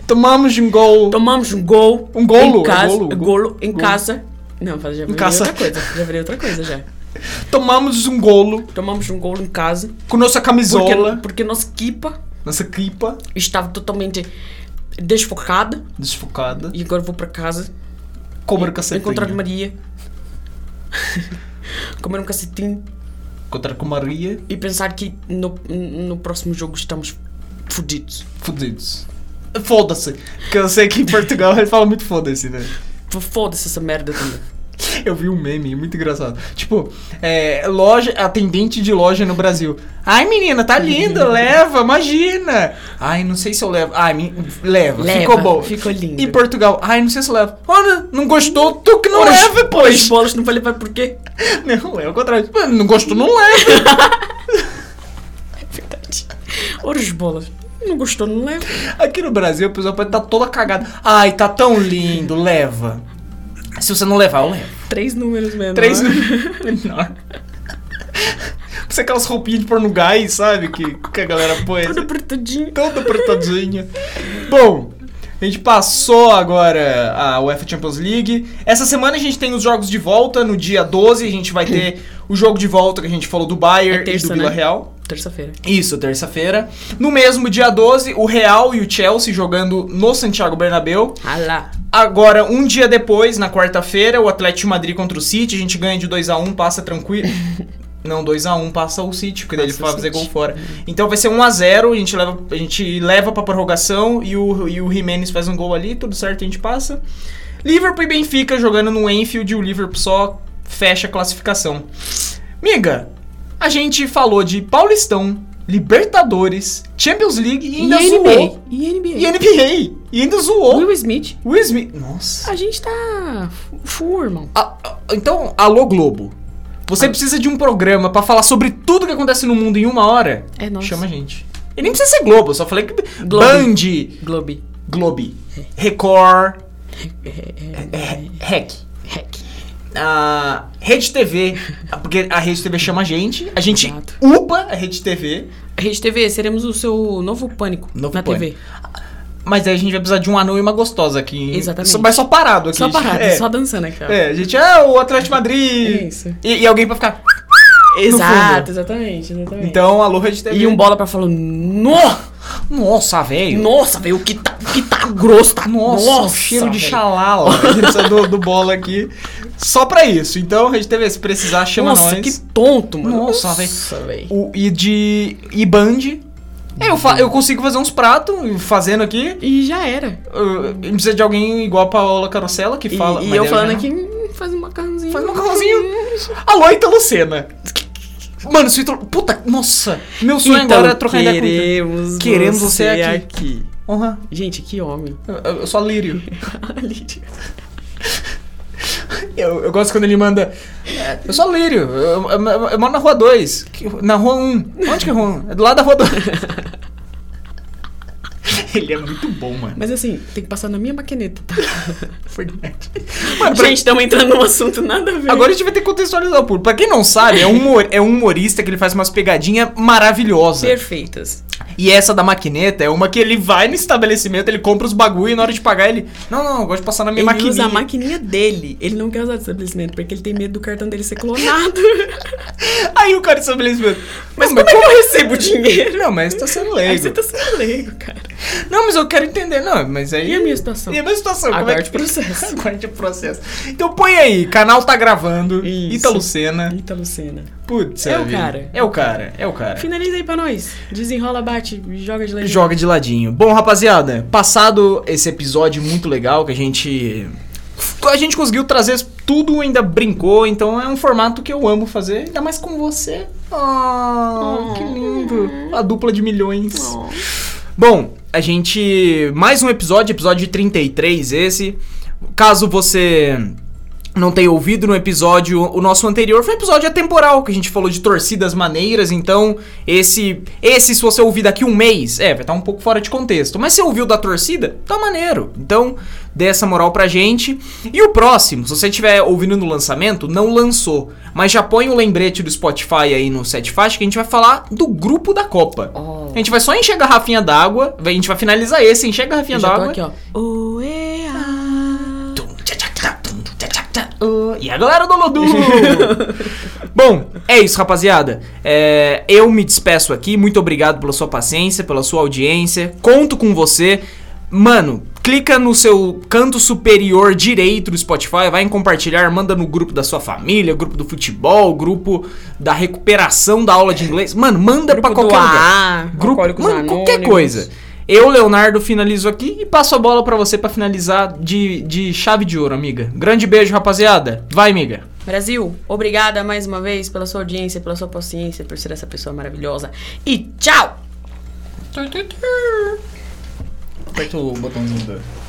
[SPEAKER 1] Tomamos um gol.
[SPEAKER 2] Tomamos um gol.
[SPEAKER 1] Um golo,
[SPEAKER 2] Em casa,
[SPEAKER 1] é golo,
[SPEAKER 2] golo,
[SPEAKER 1] golo,
[SPEAKER 2] em
[SPEAKER 1] golo.
[SPEAKER 2] casa. Não, fala, já virei
[SPEAKER 1] casa.
[SPEAKER 2] outra coisa. Já virei outra coisa já.
[SPEAKER 1] Tomamos um golo
[SPEAKER 2] Tomamos um golo em casa.
[SPEAKER 1] com nossa
[SPEAKER 2] Porque,
[SPEAKER 1] camisola.
[SPEAKER 2] porque nossa equipa
[SPEAKER 1] Nossa clipa
[SPEAKER 2] estava totalmente desfocada.
[SPEAKER 1] desfocada.
[SPEAKER 2] E agora vou para casa
[SPEAKER 1] Cobra
[SPEAKER 2] encontrar
[SPEAKER 1] um cacetinho.
[SPEAKER 2] Maria. Comer um cacetinho
[SPEAKER 1] Encontrar com Maria.
[SPEAKER 2] e pensar que no, no próximo jogo estamos fodidos.
[SPEAKER 1] Fudidos. Foda-se. Porque eu sei que em Portugal eles falam muito foda-se, né?
[SPEAKER 2] Foda-se essa merda também.
[SPEAKER 1] Eu vi um meme muito engraçado. Tipo, é, loja, atendente de loja no Brasil. Ai, menina, tá lindo, leva, imagina. Ai, não sei se eu levo. Ai, me- leva,
[SPEAKER 2] Leva,
[SPEAKER 1] ficou bom.
[SPEAKER 2] ficou lindo.
[SPEAKER 1] E Portugal, ai, não sei se eu levo. Olha, não gostou, tu que não
[SPEAKER 2] Ora,
[SPEAKER 1] leva,
[SPEAKER 2] As
[SPEAKER 1] pois.
[SPEAKER 2] bolas não vai levar por quê?
[SPEAKER 1] Não, é o contrário. Mano, Não gostou, não leva.
[SPEAKER 2] Verdade. Ora as bolas. Não gostou, não leva.
[SPEAKER 1] Aqui no Brasil, a pessoa pode estar toda cagada. Ai, tá tão lindo, leva. Se você não levar, eu levo.
[SPEAKER 2] Três números menor.
[SPEAKER 1] Três no menor. Você aquelas roupinhas de pôr no gás, sabe? Que, que a galera põe. assim,
[SPEAKER 2] Tudo apertadinho.
[SPEAKER 1] Toda apertadinha. Bom, a gente passou agora a UEFA Champions League. Essa semana a gente tem os jogos de volta. No dia 12 a gente vai ter o jogo de volta que a gente falou do Bayern
[SPEAKER 2] É terça,
[SPEAKER 1] e do Vila
[SPEAKER 2] né?
[SPEAKER 1] Real.
[SPEAKER 2] Terça-feira.
[SPEAKER 1] Isso, terça-feira. No mesmo dia 12, o Real e o Chelsea jogando no Santiago Bernabéu.
[SPEAKER 2] Ah lá.
[SPEAKER 1] Agora, um dia depois, na quarta-feira, o Atlético de Madrid contra o City, a gente ganha de 2 a 1 passa tranquilo. Não, 2 a 1 passa o City, porque daí ele
[SPEAKER 2] Passa o
[SPEAKER 1] vai fazer
[SPEAKER 2] City.
[SPEAKER 1] gol fora. Então vai ser 1 a 0 a gente leva, a gente leva pra prorrogação e o, e o Jimenez faz um gol ali, tudo certo, a gente passa. Liverpool e Benfica jogando no Enfield, e o Liverpool só fecha a classificação. Miga, a gente falou de Paulistão, Libertadores, Champions League e
[SPEAKER 2] E
[SPEAKER 1] ainda zoou.
[SPEAKER 2] NBA. E NBA.
[SPEAKER 1] E NBA. E ainda zoou.
[SPEAKER 2] Will Smith.
[SPEAKER 1] Will Smith. Nossa.
[SPEAKER 2] A gente tá full, irmão.
[SPEAKER 1] A- a- então, alô Globo. Você precisa de um programa pra falar sobre tudo que acontece no mundo em uma hora?
[SPEAKER 2] É nóis.
[SPEAKER 1] Chama a gente. E nem precisa ser Globo, eu só falei que.
[SPEAKER 2] Globo.
[SPEAKER 1] Band,
[SPEAKER 2] Globe.
[SPEAKER 1] Globe, Record,
[SPEAKER 2] É, é, é,
[SPEAKER 1] é, Rec,
[SPEAKER 2] Hack.
[SPEAKER 1] a Rede TV, a- porque a Rede TV chama a gente, a gente
[SPEAKER 2] Exato.
[SPEAKER 1] upa a Rede TV,
[SPEAKER 2] Rede TV, seremos o seu novo pânico
[SPEAKER 1] Novo
[SPEAKER 2] na
[SPEAKER 1] pânico.
[SPEAKER 2] TV.
[SPEAKER 1] mas aí a gente vai precisar de um anão e uma gostosa aqui.
[SPEAKER 2] Exatamente.
[SPEAKER 1] Só- Mas só parado aqui.
[SPEAKER 2] Só parado,
[SPEAKER 1] é,
[SPEAKER 2] só dançando aqui, ó.
[SPEAKER 1] É, a gente é o Atlético de Madrid.
[SPEAKER 2] É isso.
[SPEAKER 1] E, e alguém pra ficar.
[SPEAKER 2] Exato, exatamente, exatamente.
[SPEAKER 1] Então, alô Rede TV.
[SPEAKER 2] e um bola pra falar, no!
[SPEAKER 1] Nossa, velho.
[SPEAKER 2] Nossa, velho, o que tá, o que tá grosso, tá
[SPEAKER 1] Nossa, o cheiro de
[SPEAKER 2] velho.
[SPEAKER 1] xalala. A gente precisa do, do bolo aqui. Só pra isso. Então, Rede TV, se precisar, chama
[SPEAKER 2] Nossa,
[SPEAKER 1] nós.
[SPEAKER 2] que tonto, mano.
[SPEAKER 1] Nossa,
[SPEAKER 2] velho.
[SPEAKER 1] O, e de. E band. Eu, fa- eu consigo fazer uns pratos fazendo aqui.
[SPEAKER 2] E já era.
[SPEAKER 1] Eu, eu preciso de alguém igual a Paola Carosella que
[SPEAKER 2] E,
[SPEAKER 1] fala.
[SPEAKER 2] e
[SPEAKER 1] mas é
[SPEAKER 2] eu
[SPEAKER 1] daí
[SPEAKER 2] falando
[SPEAKER 1] já-
[SPEAKER 2] aqui, hum, faz um macarrãozinho.
[SPEAKER 1] Faz um macarrãozinho. Alô, Italo Senna. Mano, se o Italo. Puta, nossa. Meu sonho
[SPEAKER 2] Então,
[SPEAKER 1] agora é trocar ideia com o Italo.
[SPEAKER 2] queremos,
[SPEAKER 1] Queremos você
[SPEAKER 2] você
[SPEAKER 1] aqui.
[SPEAKER 2] aqui.
[SPEAKER 1] Honra.
[SPEAKER 2] Gente, que homem.
[SPEAKER 1] Eu, eu- eu sou a Lírio.
[SPEAKER 2] Lídia.
[SPEAKER 1] Eu, eu gosto quando ele manda. "É, Eu sou lírio, eu, eu- eu- eu moro na rua 2. Na rua 1. Onde que é a rua 1? É do lado da rua 2. ele é muito bom, mano.
[SPEAKER 2] Mas assim, tem que passar na minha maquineta, tá?
[SPEAKER 1] Verdade. Mano, pra-
[SPEAKER 2] Gente, estamos entrando num assunto nada a ver.
[SPEAKER 1] agora a gente vai ter que contextualizar o público. Pra quem não sabe, é um, humor- é um humorista que ele faz umas pegadinhas maravilhosas.
[SPEAKER 2] Perfeitas.
[SPEAKER 1] E essa da maquineta é uma que ele vai no estabelecimento, ele compra os bagulho e na hora de pagar ele. Não, não, eu gosto de passar na minha
[SPEAKER 2] Ele
[SPEAKER 1] maquininha.
[SPEAKER 2] usa a maquininha dele. Ele não quer usar do estabelecimento, porque ele tem medo do cartão dele ser clonado.
[SPEAKER 1] Aí o cara do estabelecimento.
[SPEAKER 2] Mas
[SPEAKER 1] "Não,
[SPEAKER 2] como é que eu recebo o dinheiro?
[SPEAKER 1] Não, mas tá sendo leigo.
[SPEAKER 2] Aí você tá sendo leigo, cara.
[SPEAKER 1] Não, mas eu quero entender. Não, mas aí.
[SPEAKER 2] E a minha situação?
[SPEAKER 1] E a minha situação? como
[SPEAKER 2] Aguarde
[SPEAKER 1] é que...
[SPEAKER 2] o processo.
[SPEAKER 1] Aguarde o processo. Então põe aí, canal tá gravando.
[SPEAKER 2] Isso.
[SPEAKER 1] Ita Lucena.
[SPEAKER 2] Eita, Lucena.
[SPEAKER 1] Putz,
[SPEAKER 2] É o
[SPEAKER 1] vida.
[SPEAKER 2] cara.
[SPEAKER 1] É o cara, é o cara.
[SPEAKER 2] Finaliza aí pra nós. Desenrola, bate, joga de leite.
[SPEAKER 1] Joga de ladinho. Bom, rapaziada, passado esse episódio muito legal que a gente. A gente conseguiu trazer tudo, ainda brincou, então é um formato que eu amo fazer, ainda mais com você. Oh, que lindo! A dupla de milhões. Bom, a gente. Mais um episódio, episódio 33 esse. Caso você não tem ouvido no episódio, o nosso anterior foi um episódio atemporal, que a gente falou de torcidas maneiras, então esse, esse se você ouvir daqui um mês, é, vai estar um pouco fora de contexto, mas se ouviu da torcida, tá maneiro. Então, dê essa moral pra gente. E o próximo, se você estiver ouvindo no lançamento, não lançou, mas já põe o lembrete do Spotify aí no Sete Faixas que a gente vai falar do grupo da Copa.
[SPEAKER 2] Oh.
[SPEAKER 1] A gente vai só encher a garrafinha d'água, a gente vai finalizar esse, encher a garrafinha
[SPEAKER 2] Eu já tô
[SPEAKER 1] d'água.
[SPEAKER 2] aqui, ó. Ué, ah.
[SPEAKER 1] Uh, E a galera do Lodu! Bom, é isso, rapaziada. É, eu me despeço aqui. Muito obrigado pela sua paciência, pela sua audiência. Conto com você. Mano, clica no seu canto superior direito do Spotify, vai em compartilhar, manda no grupo da sua família, grupo do futebol, grupo da recuperação da aula de inglês. Mano, manda pra
[SPEAKER 2] Grupo do
[SPEAKER 1] qualquer lugar.
[SPEAKER 2] AA,
[SPEAKER 1] Grupo,
[SPEAKER 2] Alcoólicos
[SPEAKER 1] mano, qualquer
[SPEAKER 2] Anônimos.
[SPEAKER 1] coisa. Eu, Leonardo, finalizo aqui e passo a bola pra você pra finalizar de, de chave de ouro, amiga. Grande beijo, rapaziada. Vai, amiga.
[SPEAKER 2] Brasil, obrigada mais uma vez pela sua audiência, pela sua paciência, por ser essa pessoa maravilhosa. E tchau!
[SPEAKER 1] Aperta o botãozinho do...